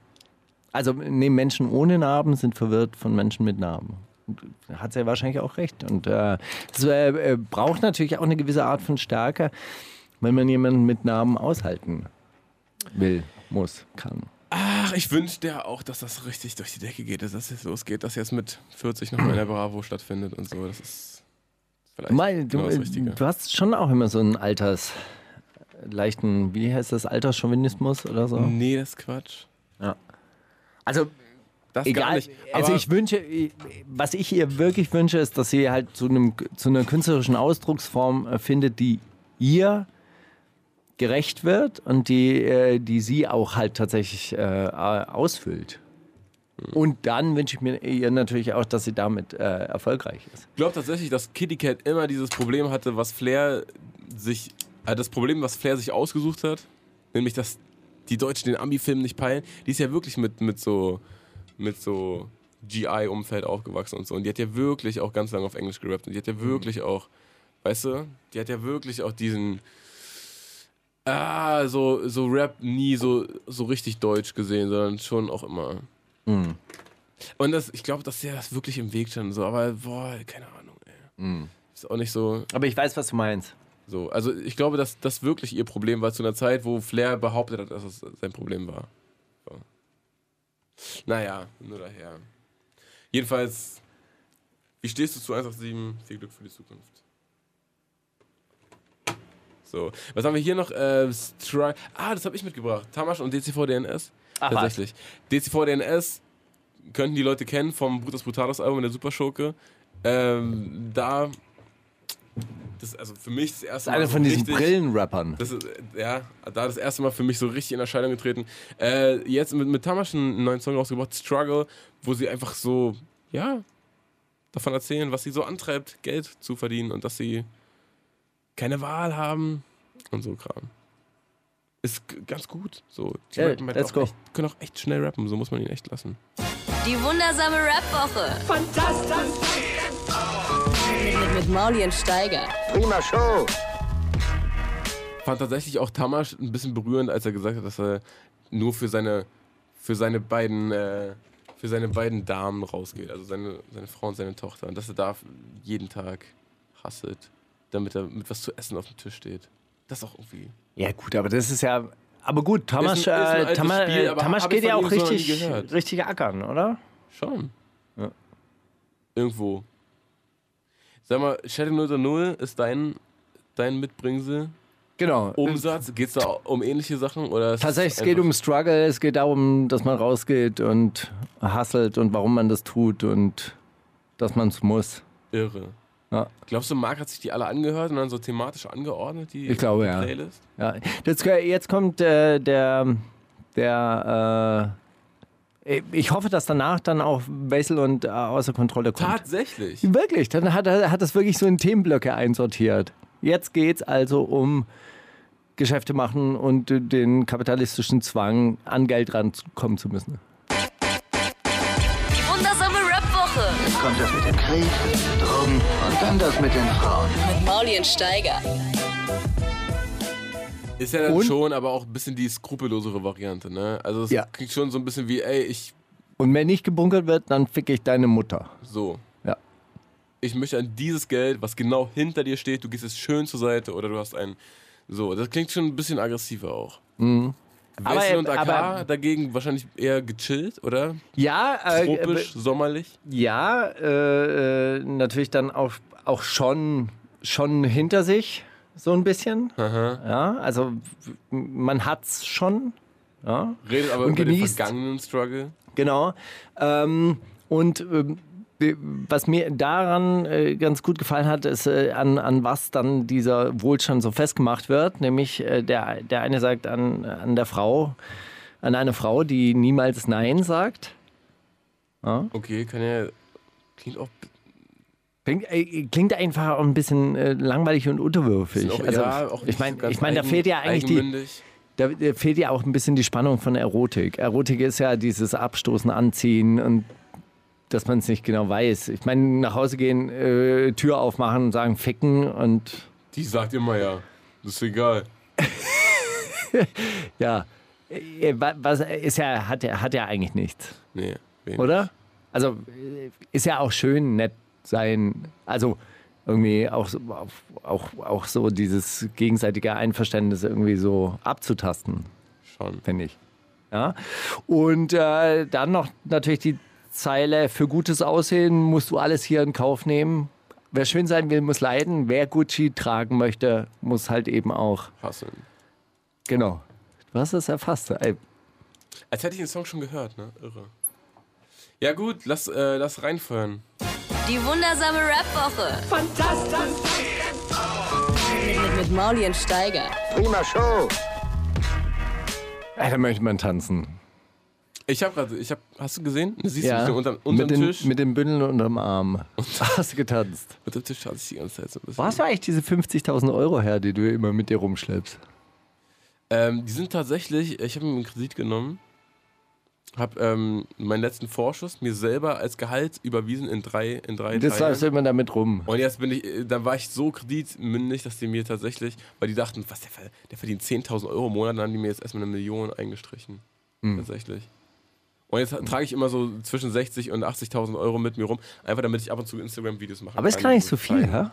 Also, nee, Menschen ohne Narben sind verwirrt von Menschen mit Narben. Und Hat sie ja wahrscheinlich auch recht. Und äh, das äh, äh, braucht natürlich auch eine gewisse Art von Stärke, wenn man jemanden mit Narben aushalten will, muss, kann. Ach, ich wünschte ja auch, dass das richtig durch die Decke geht, dass das jetzt losgeht, dass jetzt mit 40 nochmal in der Bravo stattfindet und so. Das ist vielleicht Du, mein, genau du, äh, das Richtige. du hast schon auch immer so einen Alters leichten, wie heißt das, Alterschauvinismus oder so? Nee, das ist Quatsch. Also Das gar egal. nicht. Also Aber- ich wünsche, was ich ihr wirklich wünsche, ist, dass sie halt zu einem zu einer künstlerischen Ausdrucksform äh, findet, die ihr gerecht wird und die äh, die sie auch halt tatsächlich äh, ausfüllt. Mhm. Und dann wünsche ich mir ihr natürlich auch, dass sie damit äh, erfolgreich ist. Ich glaube tatsächlich, dass Kitty Cat immer dieses Problem hatte, was Flair sich, äh, das Problem, was Flair sich ausgesucht hat, nämlich, dass die Deutschen den Ami-Film nicht peilen. Die ist ja wirklich mit, mit so, mit so GI-Umfeld aufgewachsen und so. Und die hat ja wirklich auch ganz lange auf Englisch gerappt. Und die hat ja wirklich auch, weißt du, die hat ja wirklich auch diesen, ah, so, so Rap nie so, so richtig deutsch gesehen, sondern schon auch immer. Und das, ich glaube, dass der das wirklich im Weg stand. und So, aber boah, keine Ahnung, ey. Ist auch nicht so, Aber ich weiß, was du meinst. so. Also ich glaube, dass das wirklich ihr Problem war zu einer Zeit, wo Flair behauptet hat, dass es sein Problem war. So. Naja, nur daher. Jedenfalls, wie stehst du zu 187? Viel Glück für die Zukunft. So, was haben wir hier noch? Äh, Stri ah, das habe ich mitgebracht. Tamasch und DCV-DNS. Ach, was. Tatsächlich. DCV-DNS könnten die Leute kennen vom Brutus Brutalos Album in der Superschurke. Ähm, da, das, also für mich das erste Das ist einer so von diesen richtig- Brillenrappern. das ist, äh, ja, da das erste Mal für mich so richtig in Erscheinung getreten. Äh, jetzt mit, mit Tamasch einen neuen Song rausgebracht, Struggle, wo sie einfach so, ja, davon erzählen, was sie so antreibt, Geld zu verdienen und dass sie keine Wahl haben und so Kram. Ist g- ganz gut. So, die Ja, rappen halt let's auch go. Echt, können auch echt schnell rappen, so muss man ihn echt lassen. Die wundersame Rap-Woche. Fantastisch. Mit, mit, mit Maulien Steiger. Fand tatsächlich auch Tamasch ein bisschen berührend, als er gesagt hat, dass er nur für seine, für seine beiden, äh, für seine beiden Damen rausgeht, also seine, seine Frau und seine Tochter. Und dass er da jeden Tag hasselt, damit er mit was zu essen auf dem Tisch steht. Das ist auch irgendwie. Ja, gut, aber das ist ja. Aber gut, Tamasch, Ist ein- ist ein äh, altes Tama, Spiel, äh, aber Tamasch hab ich geht ja von auch ihm so noch nie richtig, gehört. richtig ackern, oder? Schon. Ja. Irgendwo. Sag mal, Shadow 0 ist dein, dein Mitbringsel Genau. Umsatz? Geht es da um ähnliche Sachen? Oder ist Tatsächlich, es einfach- geht um Struggle, es geht darum, dass man rausgeht und hustelt und warum man das tut und dass man es muss. Irre. Ja. Glaubst du, Marc hat sich die alle angehört und dann so thematisch angeordnet, die, Ich glaube, die ja. Playlist? Ja, jetzt, jetzt kommt äh, der, der äh, ich hoffe, dass danach dann auch Wessel und äh, außer Kontrolle kommt. Tatsächlich. wirklich, dann hat er hat das wirklich so in Themenblöcke einsortiert. Jetzt geht's also um Geschäfte machen und äh, den kapitalistischen Zwang, an Geld rankommen zu müssen. Die wundersame Rap-Woche Jetzt kommt das mit dem Krieg, Drogen und dann das mit den Frauen. mit Maulien Steiger. Ist ja dann Und? schon, aber auch ein bisschen die skrupellosere Variante, ne? Also es Ja. klingt schon so ein bisschen wie, ey, ich Und wenn nicht gebunkert wird, dann fick ich deine Mutter. so. Ja. Ich möchte an dieses Geld, was genau hinter dir steht, du gehst es schön zur Seite oder du hast einen. So, das klingt schon ein bisschen aggressiver auch. Mhm. Aber- Wessel und AK aber- dagegen wahrscheinlich eher gechillt, oder? Ja, äh, Tropisch, sommerlich. Ja, äh, äh, natürlich dann auch, auch schon, schon hinter sich, so ein bisschen. Ja, also w- man hat's schon, Redet aber Und über genießt. den vergangenen Struggle. genau. Ähm, und ähm, w- was mir daran äh, ganz gut gefallen hat, ist, äh, an, an was dann dieser Wohlstand so festgemacht wird. Nämlich äh, der, der eine sagt an, an der Frau, an eine Frau, die niemals Nein sagt. Okay, kann ja. Klingt auch. Klingt, äh, klingt einfach auch ein bisschen äh, langweilig und unterwürfig. ist auch, also, ja, auch ich nicht meine, so ganz ich mein, da eigen- fehlt ja eigentlich die, eigenmündig. da, da fehlt ja auch ein bisschen die Spannung von Erotik. Erotik ist ja dieses Abstoßen, Anziehen und dass man es nicht genau weiß. Ich meine, nach Hause gehen, äh, Tür aufmachen und sagen ficken und Die sagt immer ja. Das ist egal. ja, Äh, wa- was ist ja hat ja hat ja eigentlich nichts, Nee. wenig. oder? Also äh, ist ja auch schön nett sein, also irgendwie auch so- auch auch so dieses gegenseitige Einverständnis irgendwie so abzutasten. Schon. finde ich. Ja? Und äh, dann noch natürlich die Zeile, für gutes Aussehen musst du alles hier in Kauf nehmen. Wer schön sein will, muss leiden. Wer Gucci tragen möchte, muss halt eben auch. Hasseln. Genau. Du hast es erfasst. Ey, Als hätte ich den Song schon gehört, ne? Irre. Ja, gut, lass, äh, lass reinfeuern. Die wundersame Rap-Woche. Fantastisch. Mit, mit Maulien Steiger. Prima Show. da möchte man tanzen. Ich habe gerade, ich habe, hast du gesehen? Du siehst Ja, mich so unterm, unterm mit, den, Tisch. mit den Bündeln unterm Arm. Hast du getanzt. unterm Tisch hatte ich die ganze Zeit so ein bisschen. Wo hast du eigentlich diese 50.000 Euro her, die du immer mit dir rumschleppst? Ähm, die sind tatsächlich, ich habe mir einen Kredit genommen, habe ähm, meinen letzten Vorschuss mir selber als Gehalt überwiesen in drei, in drei Das Teilen. läufst du immer damit rum. Und jetzt bin ich, äh, dann war ich so kreditmündig, dass die mir tatsächlich, weil die dachten, was, der, ver- der verdient 10.000 Euro im Monat, dann haben die mir jetzt erstmal eine Million eingestrichen. Hm. Tatsächlich. Und jetzt trage ich immer so zwischen 60 und 80.000 Euro mit mir rum, einfach damit ich ab und zu Instagram-Videos machen Aber ist kann, gar nicht die so viel, zeigen. hä?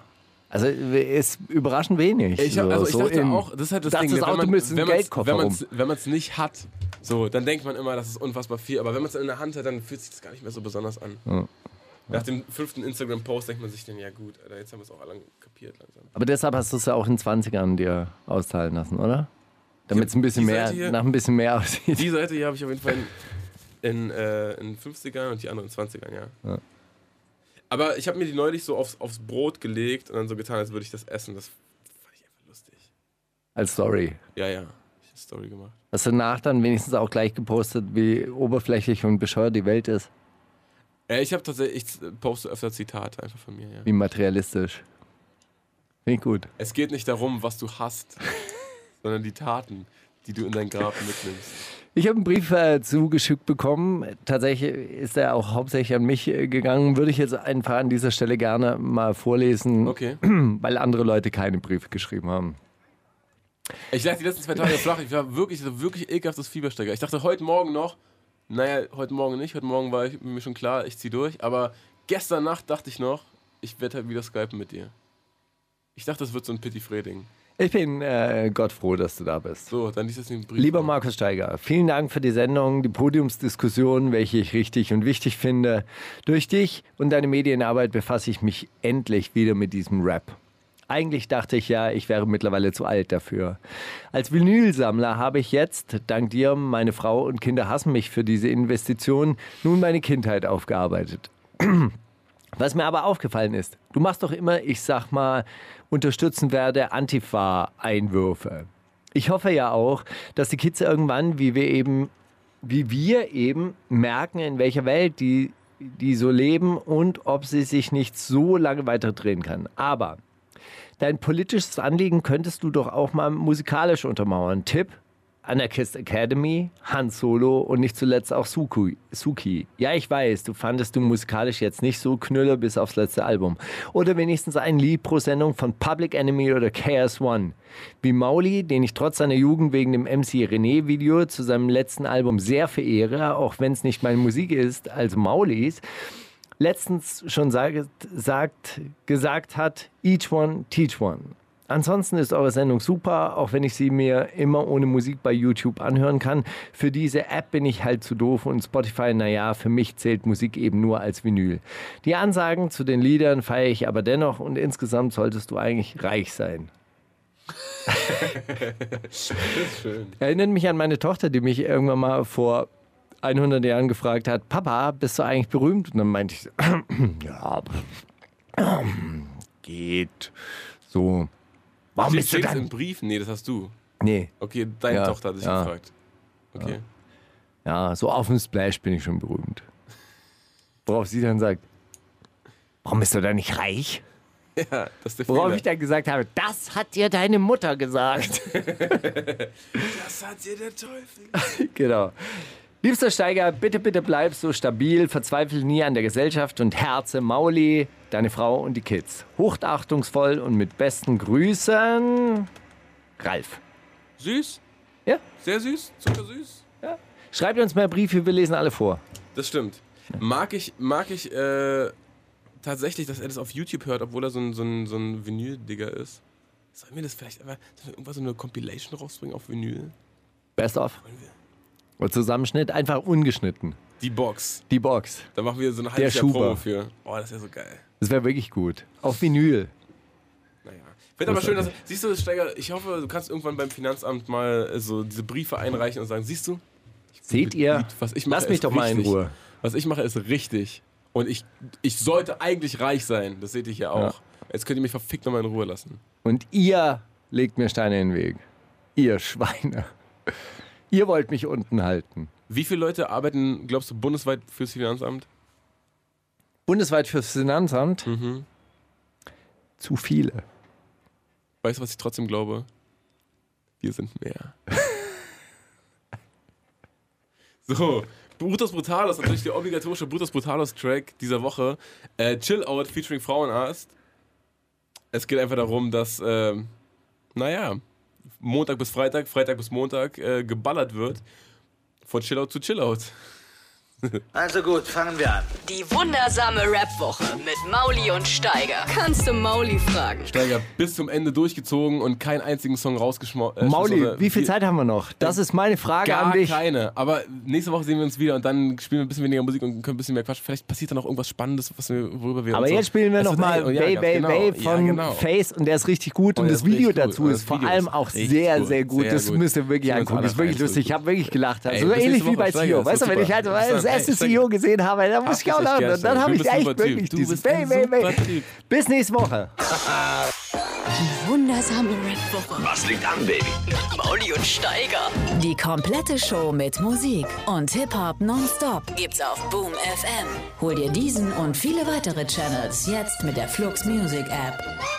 Also ist überraschend wenig. Ich hab, also ich so dachte im- auch, das ist halt das, Das Ding, ist auch, du müsstest einen man's- Geldkoffer wenn man's- wenn man es nicht hat, so, dann denkt man immer, das ist unfassbar viel, aber wenn man es in der Hand hat, dann fühlt sich das gar nicht mehr so besonders an. Nach dem fünften Instagram-Post denkt man sich dann, ja gut, Alter, jetzt haben wir es auch alle kapiert langsam. Aber deshalb hast du es ja auch in 20ern dir austeilen lassen, oder? Damit es ein bisschen die mehr, Seite hier- nach ein bisschen mehr aussieht. Die Seite hier habe ich auf jeden Fall in, in, äh, in 50ern und die andere in 20ern, ja. Ja. Aber ich habe mir die neulich so aufs, aufs Brot gelegt und dann so getan, als würde ich das essen. Das fand ich einfach lustig. Als Story. Ja, ja. Ich habe eine Story gemacht. Hast du danach dann wenigstens auch gleich gepostet, wie oberflächlich und bescheuert die Welt ist? Äh, ich habe tatsächlich, ich poste öfter Zitate einfach von mir, ja. Wie materialistisch. Finde ich gut. Es geht nicht darum, was du hast, sondern die Taten, die du in dein Grab mitnimmst. Ich habe einen Brief äh, zugeschickt bekommen. Tatsächlich ist er auch hauptsächlich an mich äh, gegangen. Würde ich jetzt einfach an dieser Stelle gerne mal vorlesen, Okay. weil andere Leute keine Briefe geschrieben haben. Ich lag die letzten zwei Tage flach. Ich war wirklich, ich hatte wirklich ekelhaftes Fiebersteiger. Ich dachte heute Morgen noch, naja, heute Morgen nicht. Heute Morgen war ich, mir schon klar, ich zieh durch. Aber gestern Nacht dachte ich noch, ich werde halt wieder skypen mit dir. Ich dachte, das wird so ein Pity Freding. Ich bin äh, Gott froh, dass du da bist. So, dann liest das den Brief. Lieber vor. Markus Steiger, vielen Dank für die Sendung, die Podiumsdiskussion, welche ich richtig und wichtig finde. Durch dich und deine Medienarbeit befasse ich mich endlich wieder mit diesem Rap. Eigentlich dachte ich ja, ich wäre mittlerweile zu alt dafür. Als Vinylsammler habe ich jetzt, dank dir, meine Frau und Kinder hassen mich für diese Investition, nun meine Kindheit aufgearbeitet. Was mir aber aufgefallen ist, du machst doch immer, ich sag mal, unterstützen werde Antifa-Einwürfe. Ich hoffe ja auch, dass die Kids irgendwann, wie wir eben, wie wir eben merken, in welcher Welt die, die so leben und ob sie sich nicht so lange weiterdrehen kann. Aber dein politisches Anliegen könntest du doch auch mal musikalisch untermauern. Tipp: Anarchist Academy, Han Solo und nicht zuletzt auch Suki. Suki. Ja, ich weiß, du fandest du musikalisch jetzt nicht so knülle bis aufs letzte Album. Oder wenigstens ein Lied pro Sendung von Public Enemy oder KS One. Wie Mauli, den ich trotz seiner Jugend wegen dem MC René Video zu seinem letzten Album sehr verehre, auch wenn es nicht meine Musik ist, also Maulis, letztens schon sage, sagt, gesagt hat, each one, teach one. Ansonsten ist eure Sendung super, auch wenn ich sie mir immer ohne Musik bei YouTube anhören kann. Für diese App bin ich halt zu doof und Spotify, naja, für mich zählt Musik eben nur als Vinyl. Die Ansagen zu den Liedern feiere ich aber dennoch und insgesamt solltest du eigentlich reich sein. Erinnert mich an meine Tochter, die mich irgendwann mal vor 100 Jahren gefragt hat, Papa, bist du eigentlich berühmt? Und dann meinte ich, so, ja, ähm, geht. So, warum Steht- bist du steht's dann? im Brief? Nee, das hast du. Nee, Okay, deine Ja, Tochter hat sich ja. gefragt. Okay. ja, so auf dem Splash bin ich schon berühmt. Worauf sie dann sagt, warum bist du dann nicht reich? Ja, das ist der Worauf Fehler. ich dann gesagt habe, das hat dir deine Mutter gesagt. Das hat dir der Teufel. genau. Liebster Steiger, bitte, bitte bleib so stabil, verzweifle nie an der Gesellschaft und Herze Mauli, deine Frau und die Kids. Hochachtungsvoll und mit besten Grüßen, Ralf. Süß? Ja. Sehr süß? Zuckersüß? Schreibt uns mehr Briefe, wir lesen alle vor. Das stimmt. Mag ich, mag ich äh, tatsächlich, dass er das auf YouTube hört, obwohl er so ein, so ein, so ein Vinyl-Digger ist. Sollen wir das vielleicht einfach sollen wir irgendwas so eine Compilation rausbringen auf Vinyl? Best of. Und Zusammenschnitt, einfach ungeschnitten. Die Box. Die Box. Da machen wir so ein halbes Der Jahr Schuber. Promo für. Oh, das wäre so geil. Das wäre wirklich gut. Auf Vinyl. Naja. Wird aber schön, dass. Siehst du, Steiger, ich hoffe, du kannst irgendwann beim Finanzamt mal äh, so diese Briefe einreichen und sagen: Siehst du, Seht ihr? Lied, was ich mache, Lasst Ah, mich ist doch mal in richtig. Ruhe. was ich mache, ist richtig. Und ich, ich sollte eigentlich reich sein. Das seht ihr hier auch. Jetzt könnt ihr mich verfickt nochmal in Ruhe lassen. Und ihr legt mir Steine in den Weg. Ihr Schweine. Ihr wollt mich unten halten. Wie viele Leute arbeiten, glaubst du, bundesweit fürs Finanzamt? Bundesweit fürs Finanzamt? Mhm. Zu viele. Weißt du, was ich trotzdem glaube? Wir sind mehr. so, Brutus Brutalos, natürlich der obligatorische Brutus Brutalos Track dieser Woche. Äh, Chill Out featuring Frauenarzt. Es geht einfach darum, dass, ähm, naja, Montag bis Freitag, Freitag bis Montag äh, geballert wird. Von Chill Out zu Chill Out. Also gut, fangen wir an. Die wundersame Rap-Woche mit Mauli und Steiger. Kannst du Mauli fragen? Steiger bis zum Ende durchgezogen und keinen einzigen Song rausgeschmissen. Äh, Mauli, beziehungsweise wie viel wir- Zeit haben wir noch? Das ist meine Frage Gar an dich. keine. Aber nächste Woche sehen wir uns wieder und dann spielen wir ein bisschen weniger Musik und können ein bisschen mehr quatschen. Vielleicht passiert dann auch irgendwas Spannendes, was wir, worüber wir Aber uns jetzt spielen wir Es wird nochmal ein- oh ja, Bay ganz Bay genau. Bay Ja, von genau. Face und der ist richtig gut Oh, und der das ist Video richtig gut. dazu Oh, das ist vor Video allem ist auch richtig sehr, gut. sehr gut. Sehr das gut. müsst ihr wirklich Ziehen wir uns angucken. alle Das ist wirklich rein, ist lustig. Ich gut. habe wirklich gelacht. Ey, Also so bis nächste ähnlich wie Woche, bei Steiger, CEO. ist Weißt du, doch wenn ich super. halt Bis das dann. Ey, erste Steiger. CEO gesehen habe, da muss Ach, ich auch das ist lachen. geil, Und dann Steiger. habe Du ich bist ein echt super Typ. wirklich Du dieses bist ein Bay Bay super Bay. Typ. Bis nächste Woche. Wundersame Rap-Woche. Was liegt an, Baby? Mit Mauli und Steiger. Die komplette Show mit Musik und Hip-Hop nonstop gibt's auf Boom FM. Hol dir diesen und viele weitere Channels jetzt mit der Flux Music App.